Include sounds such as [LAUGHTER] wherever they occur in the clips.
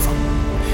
方，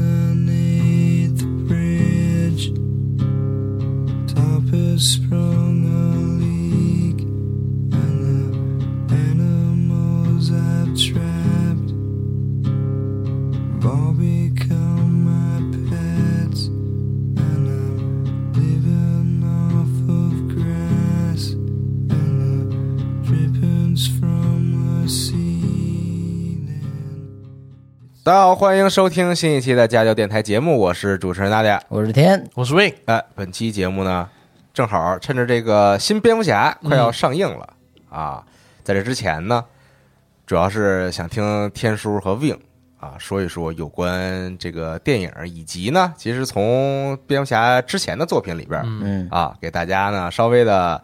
Underneath the bridge, top has sprung a leak, and the animals I've trapped have all become my pets, and I'm living off of grass and the drippings from the ceiling. 大家好，欢迎收听新一期的家教电台节目，我是主持人大家。我是天，我是 Win，哎，本期节目呢，正好趁着这个新蝙蝠侠快要上映了、啊，在这之前呢，主要是想听天叔和 Wing 啊说一说有关这个电影，以及呢，其实从蝙蝠侠之前的作品里边，嗯啊，给大家呢稍微的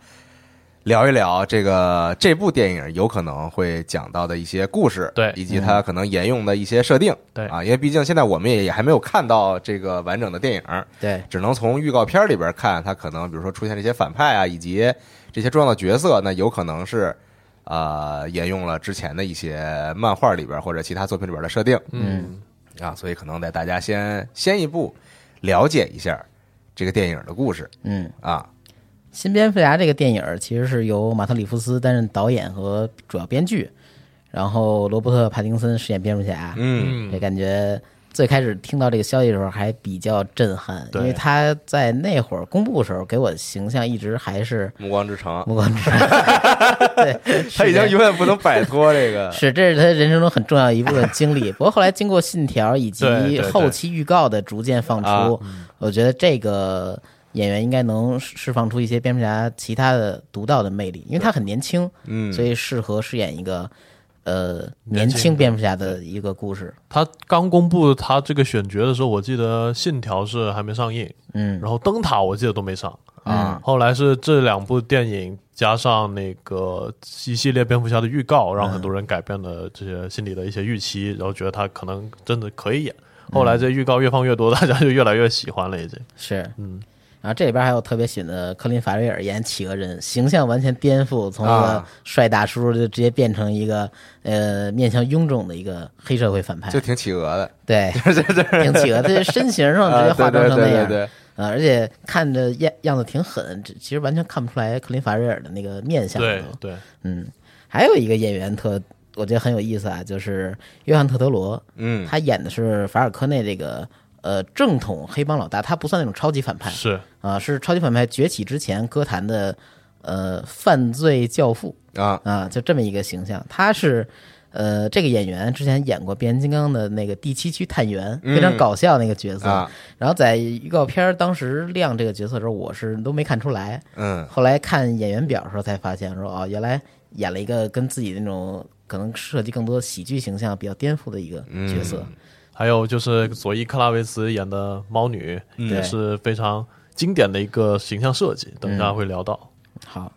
聊一聊这个这部电影有可能会讲到的一些故事，对以及它可能沿用的一些设定，对啊，因为毕竟现在我们也也还没有看到这个完整的电影，对，只能从预告片里边看，它可能比如说出现这些反派啊，以及这些重要的角色，那有可能是。呃，沿用了之前的一些漫画里边或者其他作品里边的设定，嗯，啊，所以可能带大家先先一步了解一下这个电影的故事嗯，啊，新蝙蝠侠这个电影儿其实是由马特·里夫斯担任导演和主要编剧，然后罗伯特·帕丁森饰演蝙蝠侠。嗯也感觉最开始听到这个消息的时候还比较震撼，因对为他在那会儿公布的时候给我的形象一直还是《暮光之城》，目光直闪。对， [LAUGHS] 他已是这经样。永远不能摆脱这个 [LAUGHS] 呃是，这是他人生中很重要一部分经 [LAUGHS] 历。不过后来经过信条以对对嗯及对后期预告的逐渐放啊出，我觉得这个演员应该能释释放出一些蝙蝠侠其他的独到的魅力，因为他很年轻，嗯所以适合饰演一个呃年年轻轻蝙蝠侠的一个故事。他刚公布他这个选角的时候，我记得《信条》是还没上映，嗯然后《灯塔》我记得都没上啊。后来是这两部电影加上那个一系列蝙蝠侠的预告，让很多人改变了这些心里的一些预期，然后觉得他可能真的可以演。嗯后来这预告越放越多， [LAUGHS] 大家就越来越喜欢了，已经。是，嗯，然后这里边还有特别喜欢的科林·法瑞尔演企鹅人，形象完全颠覆，从一个啊帅大叔就直接变成一个呃面向臃肿的一个黑社会反派就，挺企鹅的， [LAUGHS] 对，挺企鹅，这身形上嗯直接啊，化对对妆成那对样对，对，呃，而且看着样样子挺狠，这其实完全看不出来科林·法瑞尔的那个面相。对对，嗯，还有一个演员特，我觉得很有意思啊，就是约翰·特德罗，嗯，他演的是法尔科内这个呃正统黑帮老大，他不算那种超级反派，是啊，是超级反派崛起之前歌坛的呃犯罪教父啊，啊，就这么一个形象。他是呃这个演员之前演过变形金刚的那个第七区探员，非常嗯搞笑那个角色。啊然后在预告片儿当时亮这个角色的时候，我是都没看出来，嗯，后来看演员表的时候才发现说哦，原来演了一个跟自己那种。可能涉及更多喜剧形象比较颠覆的一个嗯角色，还有就是佐伊·克拉维茨演的猫女，嗯嗯也是非常经典的一个形象设计，等一下会聊到。好，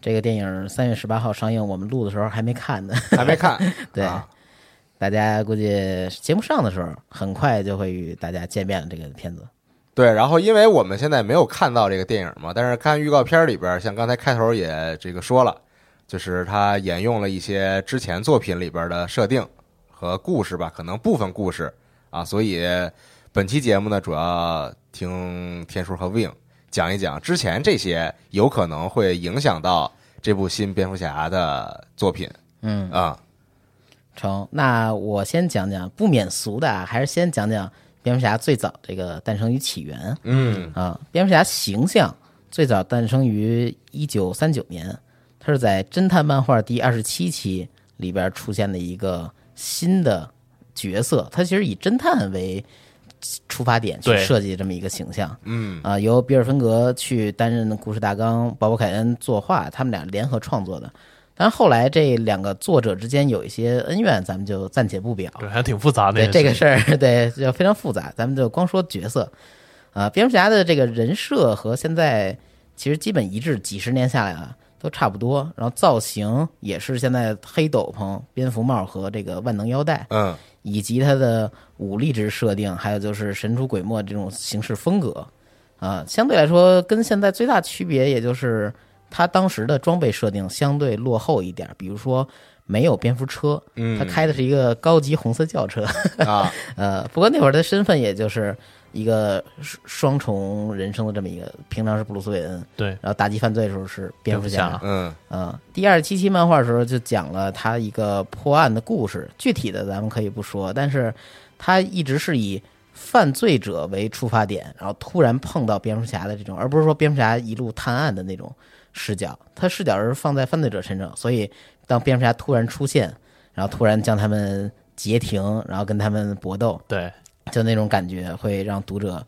这个电影三月十八号上映，我们录的时候还没看呢， [LAUGHS] [LAUGHS] 还没看，对啊大家估计节目上的时候，很快就会与大家见面了。这个片子，对，然后因为我们现在没有看到这个电影嘛，但是看预告片里边，像刚才开头也这个说了，就是他沿用了一些之前作品里边的设定和故事吧，可能部分故事啊，所以本期节目呢，主要听天叔和 Wing 讲一讲之前这些有可能会影响到这部新蝙蝠侠的作品嗯，啊、成。那我先讲讲不免俗的，啊，还是先讲讲蝙蝠侠最早这个诞生于起源。嗯，啊，蝙蝠侠形象最早诞生于一九三九年，它是在侦探漫画第二十七期里边出现的一个新的角色，它其实以侦探为出发点去对设计这么一个形象。嗯，啊，由比尔·芬格去担任故事大纲，鲍勃·凯恩作画，他们俩联合创作的。但是后来这两个作者之间有一些恩怨，咱们就暂且不表。对，还挺复杂的对。这个事儿， [LAUGHS] 对，就非常复杂。咱们就光说角色，啊，蝙蝠侠的这个人设和现在其实基本一致，几十年下来啊都差不多。然后造型也是现在黑斗篷、蝙蝠帽和这个万能腰带，嗯，以及它的武力值设定，还有就是神出鬼没这种行事风格，啊，相对来说跟现在最大区别也就是它当时的装备设定相对落后一点儿，比如说没有蝙蝠车，嗯他开的是一个高级红色轿车，啊，呃，不过那会儿他身份也就是一个双双重人生的这么一个，平常是布鲁斯韦恩，对，然后打击犯罪的时候是蝙蝠蝙侠蝠，嗯嗯，第二十七期漫画的时候就讲了他一个破案的故事，具体的咱们可以不说，但是他一直是以犯罪者为出发点，然后突然碰到蝙蝠侠的这种，而不是说蝙蝠侠一路探案的那种视角，他视角是放在犯罪者身上，所以当蝙蝠侠突然出现，然后突然将他们截停，然后跟他们搏斗，对，就那种感觉会让读者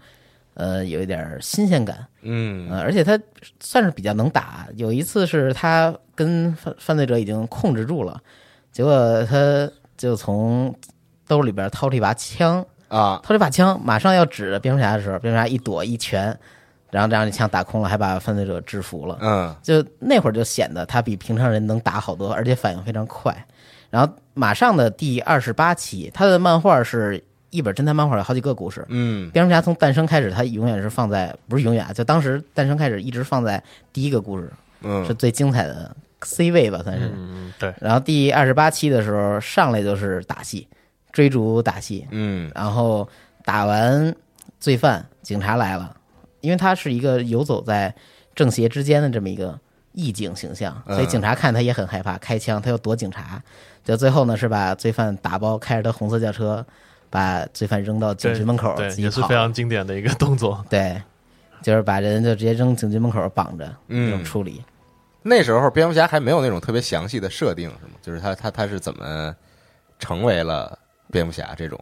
呃有一点儿新鲜感。嗯呃，而且他算是比较能打。有一次是他跟犯犯罪者已经控制住了，结果他就从兜里边掏出一把枪，啊，掏出一把枪，马上要指着蝙蝠侠的时候，蝙蝠侠一躲一拳，然后这样这枪打空了，还把犯罪者制服了。嗯就那会儿就显得他比平常人能打好多，而且反应非常快。然后马上的第二十八期，他的漫画是一本侦探漫画，有好几个故事，嗯蝙蝠侠从诞生开始，它永远是放在不是永远啊，就当时诞生开始一直放在第一个故事，是嗯最精彩的 C 位吧，算是。嗯，对，然后第二十八期的时候，上来就是打戏，追逐打戏，嗯然后打完罪犯，警察来了，因为他是一个游走在正邪之间的这么一个义警形象，嗯所以警察看他也很害怕，开枪，他又躲警察，就最后呢是把罪犯打包，开着他红色轿车。把罪犯扔到警对局门口，对自，己也是跑非常经典的一个动作。对，就是把人就直接扔警局门口绑着那种嗯处理。那时候蝙蝠侠还没有那种特别详细的设定，是吗？就是他他他是怎么成为了蝙蝠侠这种？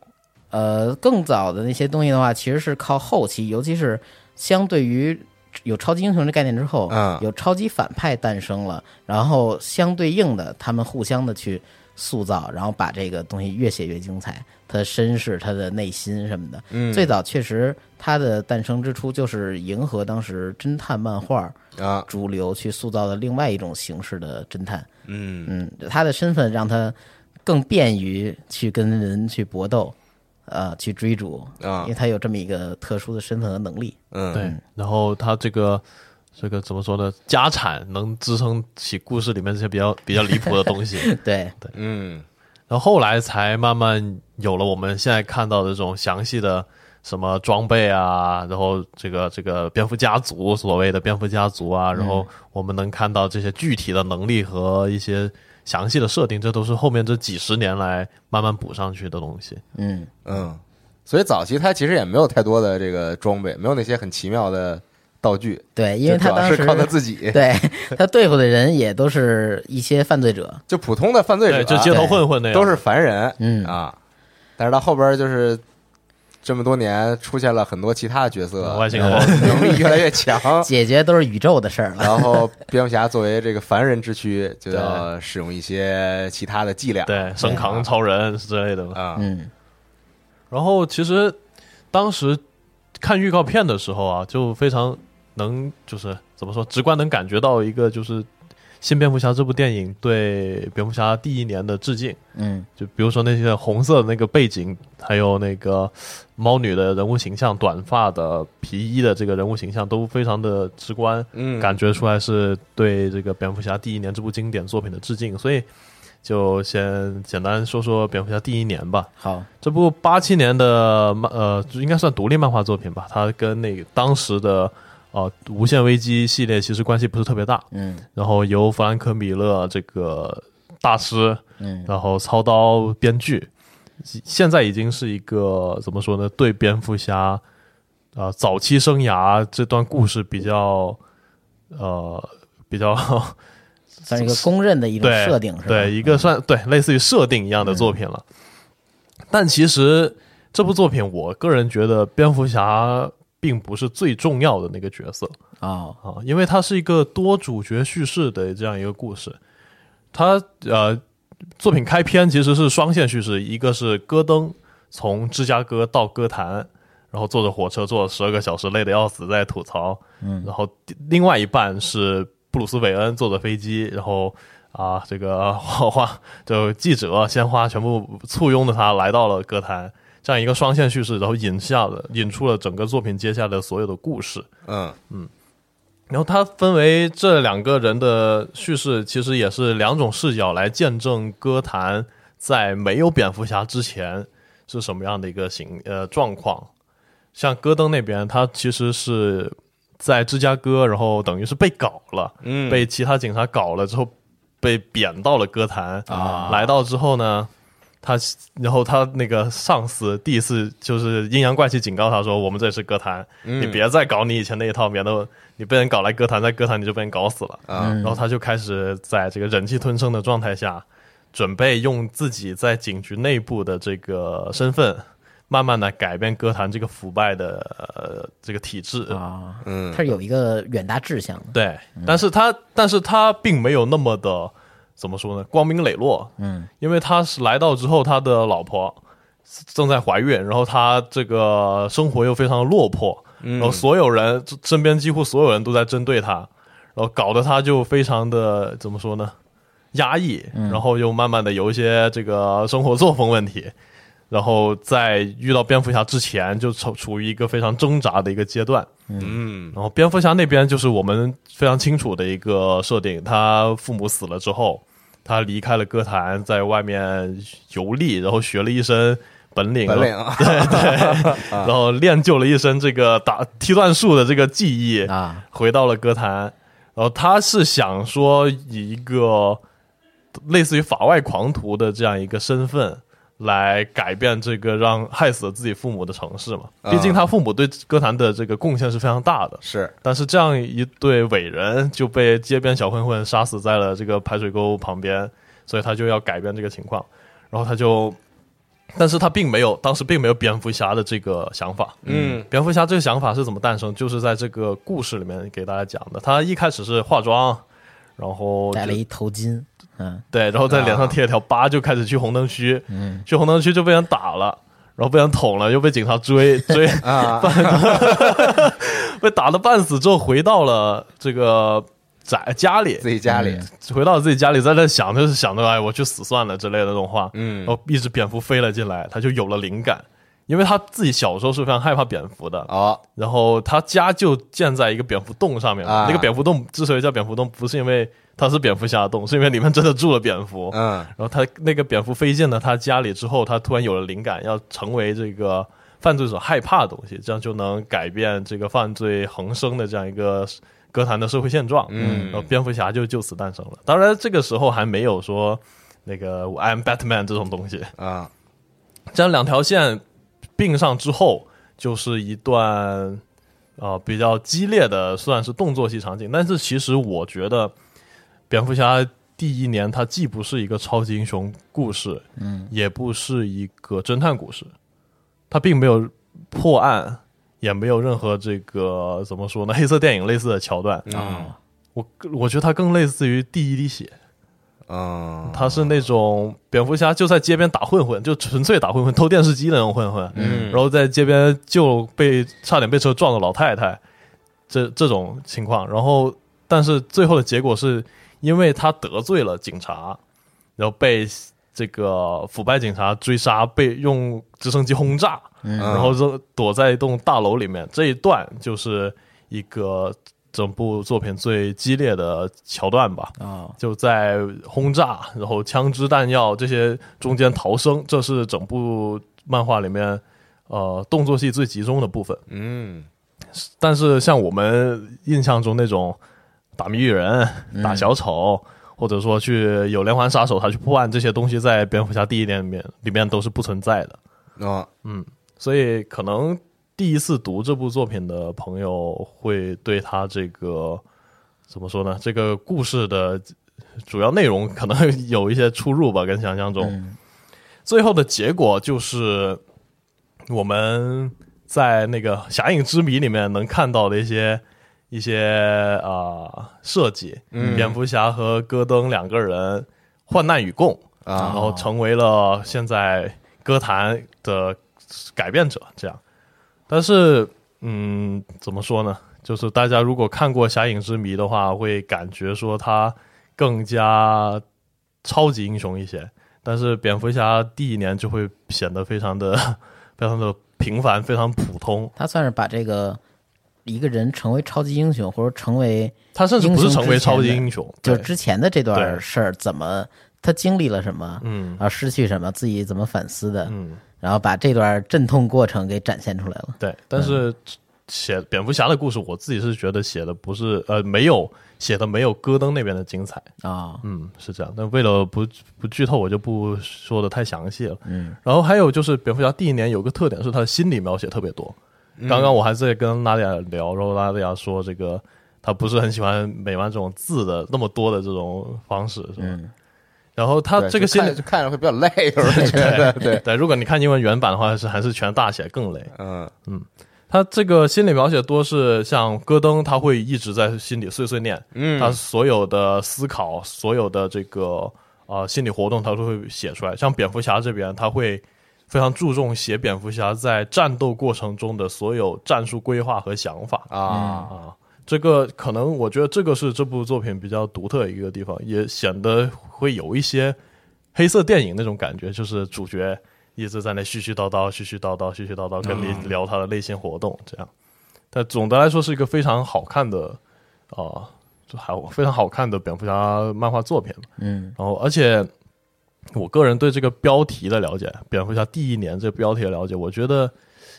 呃，更早的那些东西的话，其实是靠后期，尤其是相对于有超级英雄这概念之后，嗯有超级反派诞生了，然后相对应的他们互相的去塑造，然后把这个东西越写越精彩，他的身世、他的内心什么的。嗯最早确实它的诞生之初就是迎合当时侦探漫画啊，主流去塑造的另外一种形式的侦探。嗯嗯，他的身份让他更便于去跟人去搏斗，呃，去追逐，啊因为他有这么一个特殊的身份和能力。嗯对，然后他这个这个怎么说呢？家产能支撑起故事里面这些比较比较离谱的东西，对，嗯然后后来才慢慢有了我们现在看到的这种详细的什么装备啊，然后这个这个蝙蝠家族所谓的蝙蝠家族啊，然后我们能看到这些具体的能力和一些详细的设定，这都是后面这几十年来慢慢补上去的东西。嗯，嗯，所以早期他其实也没有太多的这个装备，没有那些很奇妙的道具，对，因为就他主要当时是靠他自己， [LAUGHS] 对他对付的人也都是一些犯罪者，就普通的犯罪者对，就街头混混那样，都是凡人，嗯啊，但是到后边就是。这么多年出现了很多其他的角色，外星然后能力越来越 [LAUGHS] 强，解决都是宇宙的事儿了。 [LAUGHS] 然后蝙蝠侠作为这个凡人之 [LAUGHS] 躯，就要使用一些其他的伎俩。对神扛超人之类的嘛。啊，嗯然后其实当时看预告片的时候啊，就非常能就是怎么说，直观能感觉到一个就是新蝙蝠侠这部电影对蝙蝠侠第一年的致敬。嗯就比如说那些红色的那个背景，还有那个猫女的人物形象、短发的皮衣的这个人物形象，都非常的直观，嗯感觉出来是对这个蝙蝠侠第一年这部经典作品的致敬。所以，就先简单说说蝙蝠侠第一年吧。好，这部八七年的漫呃，就应该算独立漫画作品吧，它跟那个当时的呃《无限危机》系列其实关系不是特别大。嗯然后由弗兰克·米勒这个大师，嗯然后操刀编剧，现在已经是一个怎么说呢？对蝙蝠侠啊、呃早期生涯这段故事比较呃比较算是一个公认 [LAUGHS] 的一种对设定是吧？嗯对一个算对类似于设定一样的作品了。但其实这部作品，我个人觉得蝙蝠侠并不是最重要的那个角色。哦，啊，因为它是一个多主角叙事的这样一个故事。它呃，作品开篇其实是双线叙事，一个是戈登从芝加哥到哥谭，然后坐着火车坐了十二个小时，累得要死，在吐槽。嗯，然后第另外一半是布鲁斯韦恩坐着飞机，然后。啊，这个花花就记者鲜花全部簇拥着他来到了歌坛，这样一个双线叙事，然后引下了引出了整个作品接下来的所有的故事。嗯然后它分为这两个人的叙事，其实也是两种视角来见证歌坛在没有蝙蝠侠之前是什么样的一个形呃状况。像戈登那边，他其实是在芝加哥，然后等于是被搞了，嗯被其他警察搞了之后，被贬到了歌坛啊来到之后呢，他然后他那个上司第一次就是阴阳怪气警告他说：“我们这里是歌坛，你别再搞你以前那一套，免得你被人搞来歌坛，在歌坛你就被人搞死了。”啊然后他就开始在这个忍气吞声的状态下，准备用自己在警局内部的这个身份，慢慢的改变歌坛这个腐败的、呃、这个体制。啊，嗯它是有一个远大志向的，对，但是他但是他并没有那么的怎么说呢，光明磊落，嗯，因为他是来到之后，他的老婆正在怀孕，然后他这个生活又非常的落魄，嗯然后所有人身边几乎所有人都在针对他，然后搞得他就非常的怎么说呢，压抑，然后又慢慢的有一些这个生活作风问题。然后在遇到蝙蝠侠之前，就处处于一个非常挣扎的一个阶段。嗯然后蝙蝠侠那边就是我们非常清楚的一个设定，他父母死了之后，他离开了歌坛，在外面游历，然后学了一身本领，本领 [LAUGHS] 啊，然后练就了一身这个打踢断术的这个技艺，啊，回到了歌坛。然后他是想说以一个类似于法外狂徒的这样一个身份。来改变这个让害死了自己父母的城市嘛？毕竟他父母对歌坛的这个贡献是非常大的，是但是这样一对伟人就被街边小混混杀死在了这个排水沟旁边，所以他就要改变这个情况，然后他就，但是他并没有当时并没有蝙蝠侠的这个想法，嗯蝙蝠侠这个想法是怎么诞生？就是在这个故事里面给大家讲的，他一开始是化妆，然后戴了就一头巾，嗯对，然后在脸上贴了条疤，就开始去红灯区，去红灯区就被人打了。然后被人捅了，又被警察追追， [LAUGHS] 啊，被打的半死之后，回到了这个宅家里，自己家里，回到自己家里，在那想着想着，哎，我去死算了之类的这种话。嗯然后一只蝙蝠飞了进来，他就有了灵感，因为他自己小时候是非常害怕蝙蝠的。哦，然后他家就建在一个蝙蝠洞上面嘛，啊那个蝙蝠洞之所以叫蝙蝠洞，不是因为它是蝙蝠侠的洞，是因为里面真的住了蝙蝠。嗯然后他那个蝙蝠飞进了他家里之后，他突然有了灵感，要成为这个犯罪者害怕的东西，这样就能改变这个犯罪横生的这样一个歌坛的社会现状。嗯然后蝙蝠侠就就此诞生了。当然，这个时候还没有说那个我 I'm Batman 这种东西。啊，这样两条线并上之后，就是一段呃比较激烈的，算是动作戏场景。但是其实我觉得，蝙蝠侠第一年它既不是一个超级英雄故事，嗯，也不是一个侦探故事，它并没有破案，也没有任何这个怎么说呢，黑色电影类似的桥段。嗯我我觉得它更类似于第一滴血。嗯他是那种蝙蝠侠就在街边打混混，就纯粹打混混，偷电视机的那种混混，嗯然后在街边就被差点被车撞的老太太，这这种情况。然后，但是最后的结果是因为他得罪了警察，然后被这个腐败警察追杀，被用直升机轰炸，嗯然后扔躲在一栋大楼里面。这一段就是一个整部作品最激烈的桥段吧。哦，就在轰炸，然后枪支弹药这些中间逃生，这是整部漫画里面呃动作戏最集中的部分。嗯，但是像我们印象中那种打谜语人、打小丑，或者说去有连环杀手，他去破案这些东西，在蝙蝠侠第一点里面里面都是不存在的。哦，所以可能第一次读这部作品的朋友会对他这个怎么说呢？这个故事的主要内容可能有一些出入吧，跟想象中。最后的结果就是我们在那个《侠影之谜》里面能看到的一些。一些啊、呃设计，蝙蝠侠和戈登两个人患难与共，然后成为了现在歌坛的改变者这样。但是，嗯，怎么说呢？就是大家如果看过《侠影之谜》的话，会感觉说它更加超级英雄一些。但是蝙蝠侠第一年就会显得非常的、 [LAUGHS] 非常的平凡，非常普通。他算是把这个一个人成为超级英雄，或者成为他甚至不是成为超级英雄，就是对之前的这段对事儿怎么。他经历了什么？嗯啊，失去什么？自己怎么反思的？嗯，然后把这段阵痛过程给展现出来了。对。但是写蝙蝠侠的故事，我自己是觉得写的不是呃没有写的没有戈登那边的精彩。啊、嗯，是这样。但为了不不剧透，我就不说的太详细了。嗯，然后还有就是蝙蝠侠第一年有个特点是他的心理描写特别多。刚刚我还在跟拉迪亚聊，然后拉迪亚说这个他不是很喜欢美漫这种字的那么多的这种方式，是吧？嗯然后他对啊这个就心看理就看着会比较 [LAUGHS] 累，有时候觉得对，对，如果你看英文原版的话，是还是全大写更累。嗯他这个心理描写多是像戈登，他会一直在心里碎碎念，嗯他所有的思考，所有的这个呃心理活动，他都会写出来。像蝙蝠侠这边，他会非常注重写蝙蝠侠在战斗过程中的所有战术规划和想法啊，啊。这个可能我觉得这个是这部作品比较独特的一个地方，也显得会有一些黑色电影那种感觉，就是主角一直在那絮絮叨叨、絮絮叨叨、絮絮叨叨，跟你聊他的内心活动这样。但总的来说是一个非常好看的啊、呃就还非常好看的蝙蝠侠漫画作品。嗯，然后而且我个人对这个标题的了解，蝙蝠侠第一年这标题的了解，我觉得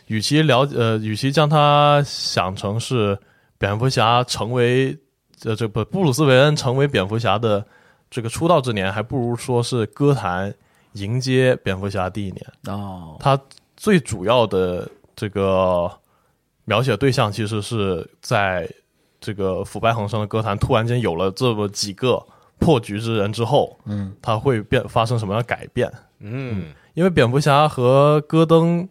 与其了解呃，与其将它想成是蝙蝠侠成为呃这这不布鲁斯韦恩成为蝙蝠侠的这个出道之年，还不如说是歌坛迎接蝙蝠侠第一年。哦，它最主要的这个描写对象，其实是在这个腐败横生的歌坛，突然间有了这么几个破局之人之后，嗯，它会变发生什么样的改变？嗯因为蝙蝠侠和戈登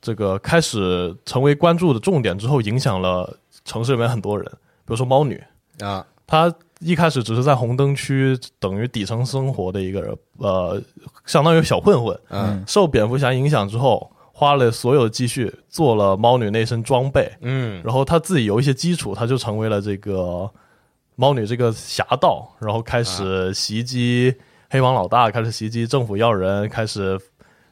这个开始成为关注的重点之后，影响了城市里面很多人，比如说猫女，啊，她一开始只是在红灯区等于底层生活的一个人，呃，相当于小混混，嗯受蝙蝠侠影响之后，花了所有积蓄做了猫女那身装备，嗯然后他自己有一些基础，他就成为了这个猫女这个侠盗，然后开始袭击黑帮老大，开始袭击政府要人，开始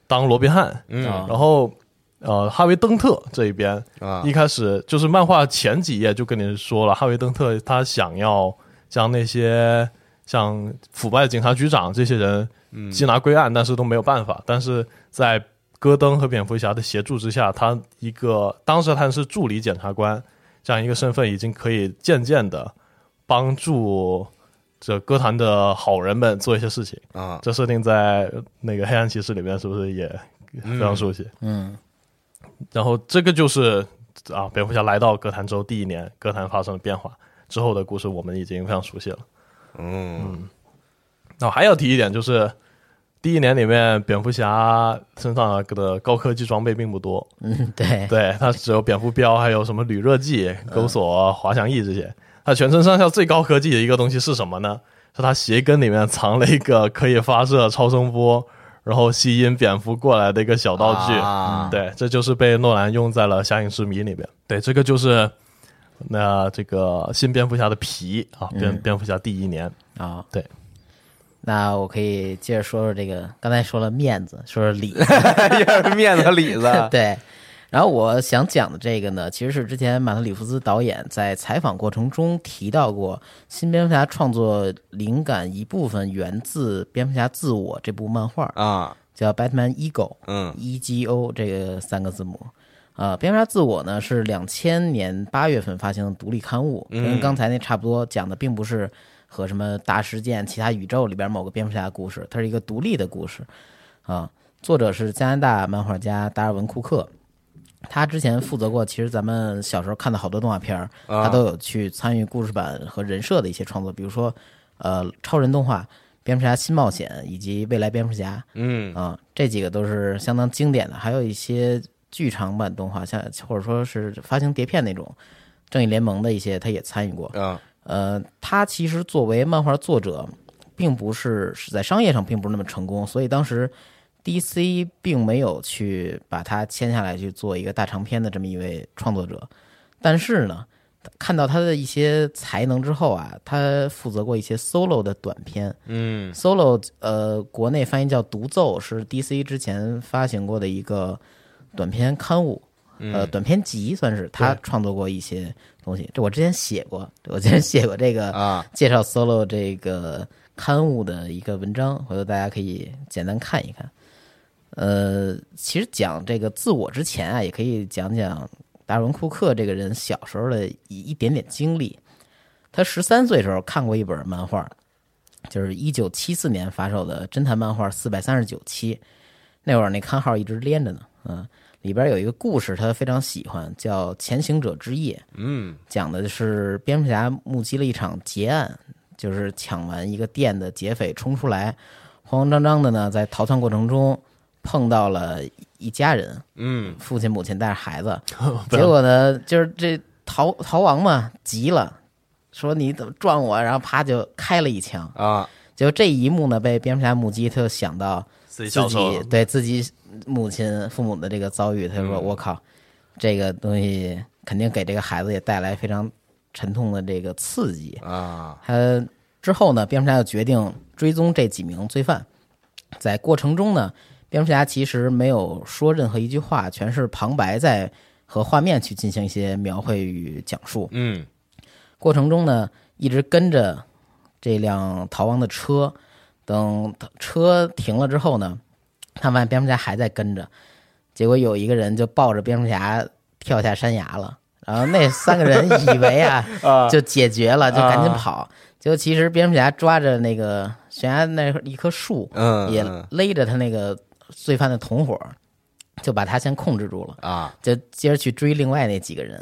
当罗宾汉，嗯啊然后。呃，哈维·登特这一边，啊一开始就是漫画前几页就跟你说了，哈维·登特他想要将那些像腐败警察局长这些人嗯缉拿归案，但是都没有办法。但是在戈登和蝙蝠侠的协助之下，他一个当时他是助理检察官这样一个身份，已经可以渐渐的帮助这歌坛的好人们做一些事情。啊，这设定在那个《黑暗骑士》里面是不是也非常熟悉？嗯然后这个就是啊，蝙蝠侠来到歌坛之后第一年，歌坛发生了变化之后的故事，我们已经非常熟悉了。嗯那我还要提一点，就是第一年里面，蝙蝠侠身上的高科技装备并不多，嗯，对，对他只有蝙蝠镖，还有什么铝热剂、钩锁、滑翔翼这些。他全身上下最高科技的一个东西是什么呢？是他鞋跟里面藏了一个可以发射超声波，然后吸引蝙蝠过来的一个小嗯道具。啊哦对，这就是被诺兰用在了《侠影之谜》里边。对，这个就是那这个新蝙蝠侠的皮啊，蝙嗯蝙蝠侠第一年，啊、对，那我可以接着说说这个，刚才说了面子，说 [LAUGHS] 说里子，。也是面子和里子 [LAUGHS] 对。然后我想讲的这个呢，其实是之前马特·里夫斯导演在采访过程中提到过，《新蝙蝠侠》创作灵感一部分源自《蝙蝠侠自我》这部漫画，啊，叫 Batman Ego，嗯，E G O 这个三个字母。啊、蝙蝠侠自我呢是两千年八月份发行的独立刊物，跟刚才那差不多，讲的并不是和什么大事件、其他宇宙里边某个蝙蝠侠的故事，它是一个独立的故事。啊，作者是加拿大漫画家达尔文·库克，他之前负责过，其实咱们小时候看的好多动画片儿，他都有去参与故事版和人设的一些创作，比如说呃超人动画《蝙蝠侠新冒险》以及《未来蝙蝠侠》。嗯啊、这几个都是相当经典的，还有一些剧场版动画，像或者说是发行碟片那种，正义联盟的一些他也参与过。啊呃，他其实作为漫画作者，并不是是在商业上并不是那么成功，所以当时 DC 并没有去把他签下来去做一个大长篇的这么一位创作者。但是呢，看到他的一些才能之后啊，他负责过一些 solo 的短片，嗯 Solo，呃，国内翻译叫《独奏》，是 DC 之前发行过的一个短篇刊物，呃，短篇集算是他创作过一些东西。这我之前写过，我之前写过这个啊介绍 Solo 这个刊物的一个文章，回头大家可以简单看一看。呃，其实讲这个自我之前啊，也可以讲讲达尔文·库克这个人小时候的一一点点经历。他十三岁时候看过一本漫画，就是一九七四年发售的侦探漫画四百三十九期，那会儿那刊号一直连着呢，嗯，里边有一个故事他非常喜欢，叫《前行者之夜》，嗯讲的是蝙蝠侠目击了一场劫案，就是抢完一个店的劫匪冲出来，慌慌张张的呢，在逃窜过程中碰到了一家人，嗯父亲母亲带着 [LAUGHS] 孩子，结果呢，就是这逃逃亡嘛，急了，说你怎么撞我，然后啪就开了一枪。啊结果这一幕呢，被蝙蝠侠目击，他就想到自自己对自己母亲、父母的这个遭遇，他就说：“我靠，这个东西肯定给这个孩子也带来非常沉痛的这个刺激。”啊他之后呢，蝙蝠侠就决定追踪这几名罪犯。在过程中呢，蝙蝠侠其实没有说任何一句话，全是旁白在和画面去进行一些描绘与讲述。嗯过程中呢，一直跟着这辆逃亡的车，等车停了之后呢，他发现蝙蝠侠还在跟着，结果有一个人就抱着蝙蝠侠跳下山崖了，然后那三个人以 [LAUGHS] 为啊就解决了，就赶啊紧跑，结果其实蝙蝠侠抓着那个悬崖那一棵树，嗯也嗯勒着他那个罪犯的同伙，就把他先控制住了。啊就接着去追另外那几个人，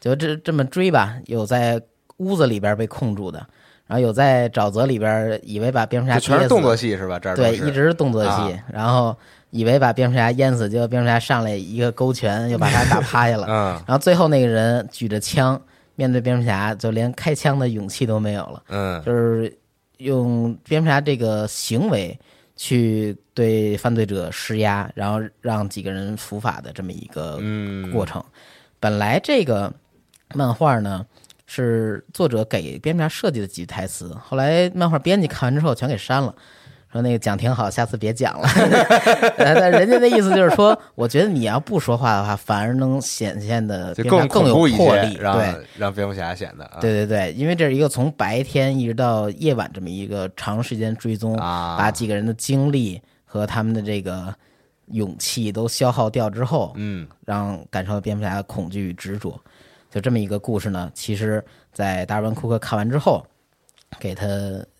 就这这么追吧，有在屋子里边被控住的，然后有在沼泽里边以为把蝙蝠侠这全是憋死动作戏是吧？这儿都对，是一直是动作戏，啊然后以为把蝙蝠侠淹死，结果蝙蝠侠上来一个勾拳，又把他打 [LAUGHS] 趴下了，嗯然后最后那个人举着枪面对蝙蝠侠，就连开枪的勇气都没有了。嗯就是用蝙蝠侠这个行为去对犯罪者施压，然后让几个人伏法的这么一个嗯过程。本来这个漫画呢是作者给蝙蝠侠设计的几句台词，后来漫画编辑看完之后全给删了。说那个讲挺好，下次别讲了。 [LAUGHS] 呃但人家的意思就是说，我觉得你要不说话的话，反而能显现的就蝙蝠侠恐有怖一魄些力，，让对，让蝙蝠侠显得啊对对对，因为这是一个从白天一直到夜晚这么一个长时间追踪，啊把几个人的精力和他们的这个勇气都消耗掉之后，嗯让感受到蝙蝠侠的恐惧与执着。就这么一个故事呢，其实，在达尔文·库克看完之后，给他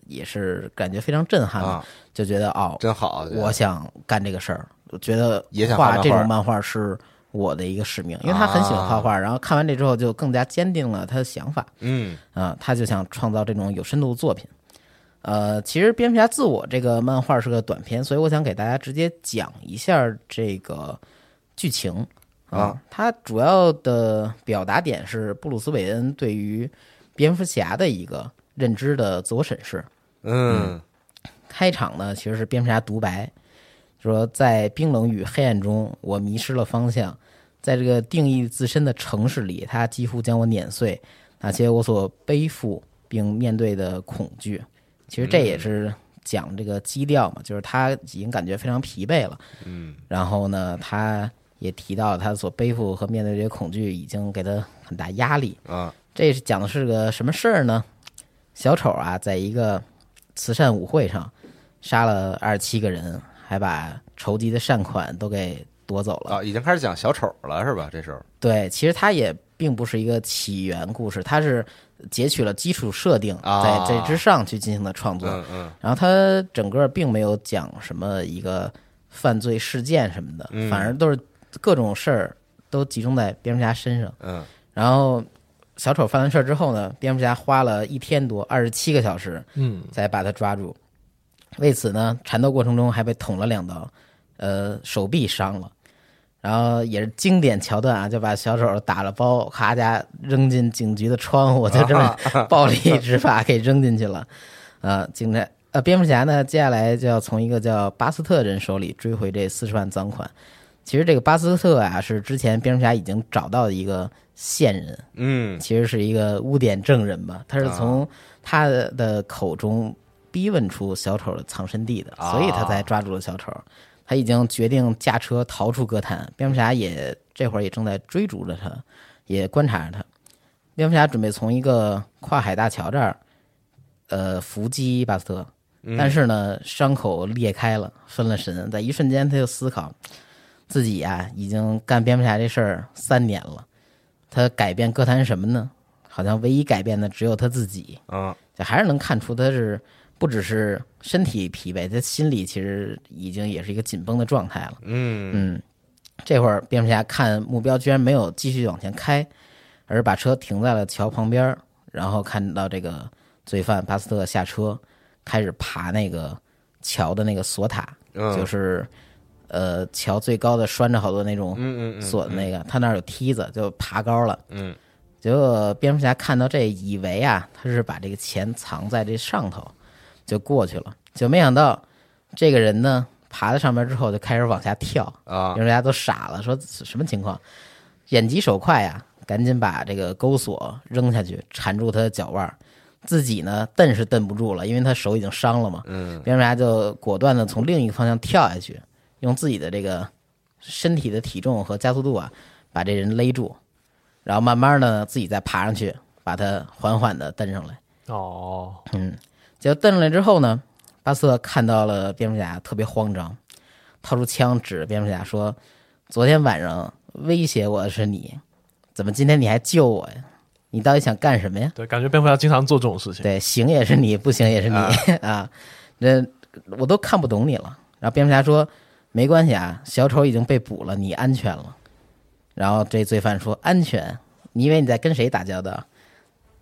也是感觉非常震撼嘛，啊就觉得哦，真好，我想干这个事儿，我觉得也想画啊画漫这画种漫画是我的一个使命，因为他很喜欢画画，然后看完这之后就更加坚定了他的想法。嗯啊、他就想创造这种有深度的作品。呃，其实《蝙蝠侠自我》这个漫画是个短片，所以我想给大家直接讲一下这个剧情啊、它主要的表达点是布鲁斯·韦恩对于蝙蝠侠的一个认知的自我审视。嗯开场呢，其实是蝙蝠侠独白，说在冰冷与黑暗中，我迷失了方向，在这个定义自身的城市里，它几乎将我碾碎。那些我所背负并面对的恐惧，其实这也是讲这个基调嘛，就是他已经感觉非常疲惫了。嗯，然后呢，他也提到他所背负和面对这些恐惧已经给他很大压力。啊，这是讲的是个什么事儿呢？小丑啊，在一个慈善舞会上杀了二十七个人，还把筹集的善款都给夺走了。啊，已经开始讲小丑了是吧？这时候对，其实它也并不是一个起源故事，它是截取了基础设定，在啊这之上去进行的创作。嗯嗯然后它整个并没有讲什么一个犯罪事件什么的，嗯反而都是各种事儿都集中在蝙蝠侠身上。嗯，然后小丑犯完事儿之后呢，蝙蝠侠花了一天多，二十七个小时，嗯，才把他抓住。为此呢，缠斗过程中还被捅了两刀，呃，手臂伤了。然后也是经典桥段啊，就把小丑打了包，咔家扔进警局的窗户，就这么暴力执法给扔进去了。呃，警察呃，蝙蝠侠呢，接下来就要从一个叫巴斯特人手里追回这四十万赃款。其实这个巴斯特啊，是之前蝙蝠侠已经找到的一个线人，嗯啊其实是一个污点证人吧，他是从他的口中逼问出小丑的藏身地的，啊所以他才抓住了小丑。他已经决定驾车逃出歌坛，蝙蝠侠也这会儿也正在追逐着他，也观察着他。蝙蝠侠准备从一个跨海大桥这儿，呃，伏击巴斯特，嗯但是呢，伤口裂开了，分了神，在一瞬间他就思考，自己啊已经干蝙蝠侠这事儿三年了。他改变歌坛什么呢？好像唯一改变的只有他自己，嗯就还是能看出他是不只是身体疲惫，他心里其实已经也是一个紧绷的状态了。嗯嗯，这会儿蝙蝠侠看目标居然没有继续往前开，而把车停在了桥旁边儿，然后看到这个罪犯巴斯特下车，开始爬那个桥的那个锁塔，嗯就是呃桥最高的拴着好多那种嗯嗯嗯，锁的那个，他那儿有梯子，就爬高了。嗯，结果蝙蝠侠看到这，以为啊他是把这个钱藏在这上头，就过去了。就没想到这个人呢，爬到上面之后就开始往下跳，啊蝙蝠侠都傻了，说什么情况？眼疾手快呀、赶紧把这个钩索扔下去，缠住他的脚腕儿。自己呢，蹬是蹬不住了，因为他手已经伤了嘛。嗯，蝙蝠侠就果断的从另一个方向跳下去，用自己的这个身体的体重和加速度啊，把这人勒住，然后慢慢的自己再爬上去，把他缓缓的蹬上来。哦，结果蹬上来之后呢，巴斯特看到了蝙蝠侠，特别慌张，掏出枪指着蝙蝠侠说：“昨天晚上威胁我的是你，怎么今天你还救我呀？你到底想干什么呀？”对，感觉蝙蝠侠经常做这种事情，对，行也是你，不行也是你 [LAUGHS] 啊，这我都看不懂你了。然后蝙蝠侠说：“没关系啊，小丑已经被捕了，你安全了。”然后这罪犯说：“安全？你以为你在跟谁打交道？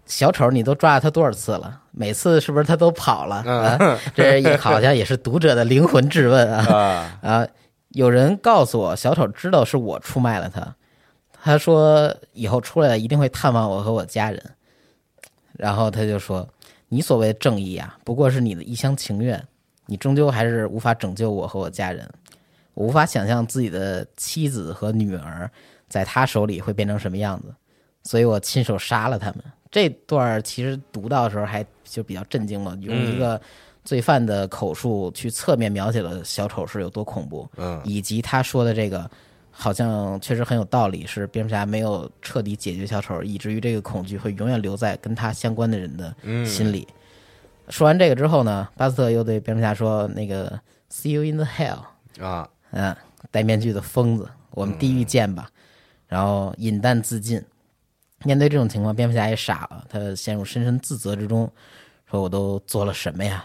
小丑你都抓了他多少次了？每次是不是他都跑了？啊、这也好像也是读者的灵魂质问啊啊啊！有人告诉我，小丑知道是我出卖了他，他说以后出来一定会探望我和我家人。然后他就说：“你所谓的正义啊，不过是你的一厢情愿，你终究还是无法拯救我和我家人。我无法想象自己的妻子和女儿在他手里会变成什么样子，所以我亲手杀了他们。”这段儿其实读到的时候还就比较震惊了，用一个罪犯的口述去侧面描写了小丑是有多恐怖，嗯以及他说的这个好像确实很有道理，是蝙蝠侠没有彻底解决小丑，以至于这个恐惧会永远留在跟他相关的人的嗯心里。说完这个之后呢，巴斯特又对蝙蝠侠说：“那个，see you in the hell。”啊嗯，戴面具的疯子，我们地狱见吧。然后饮弹自尽。面对这种情况，蝙蝠侠也傻了，他陷入深深自责之中，说：“我都做了什么呀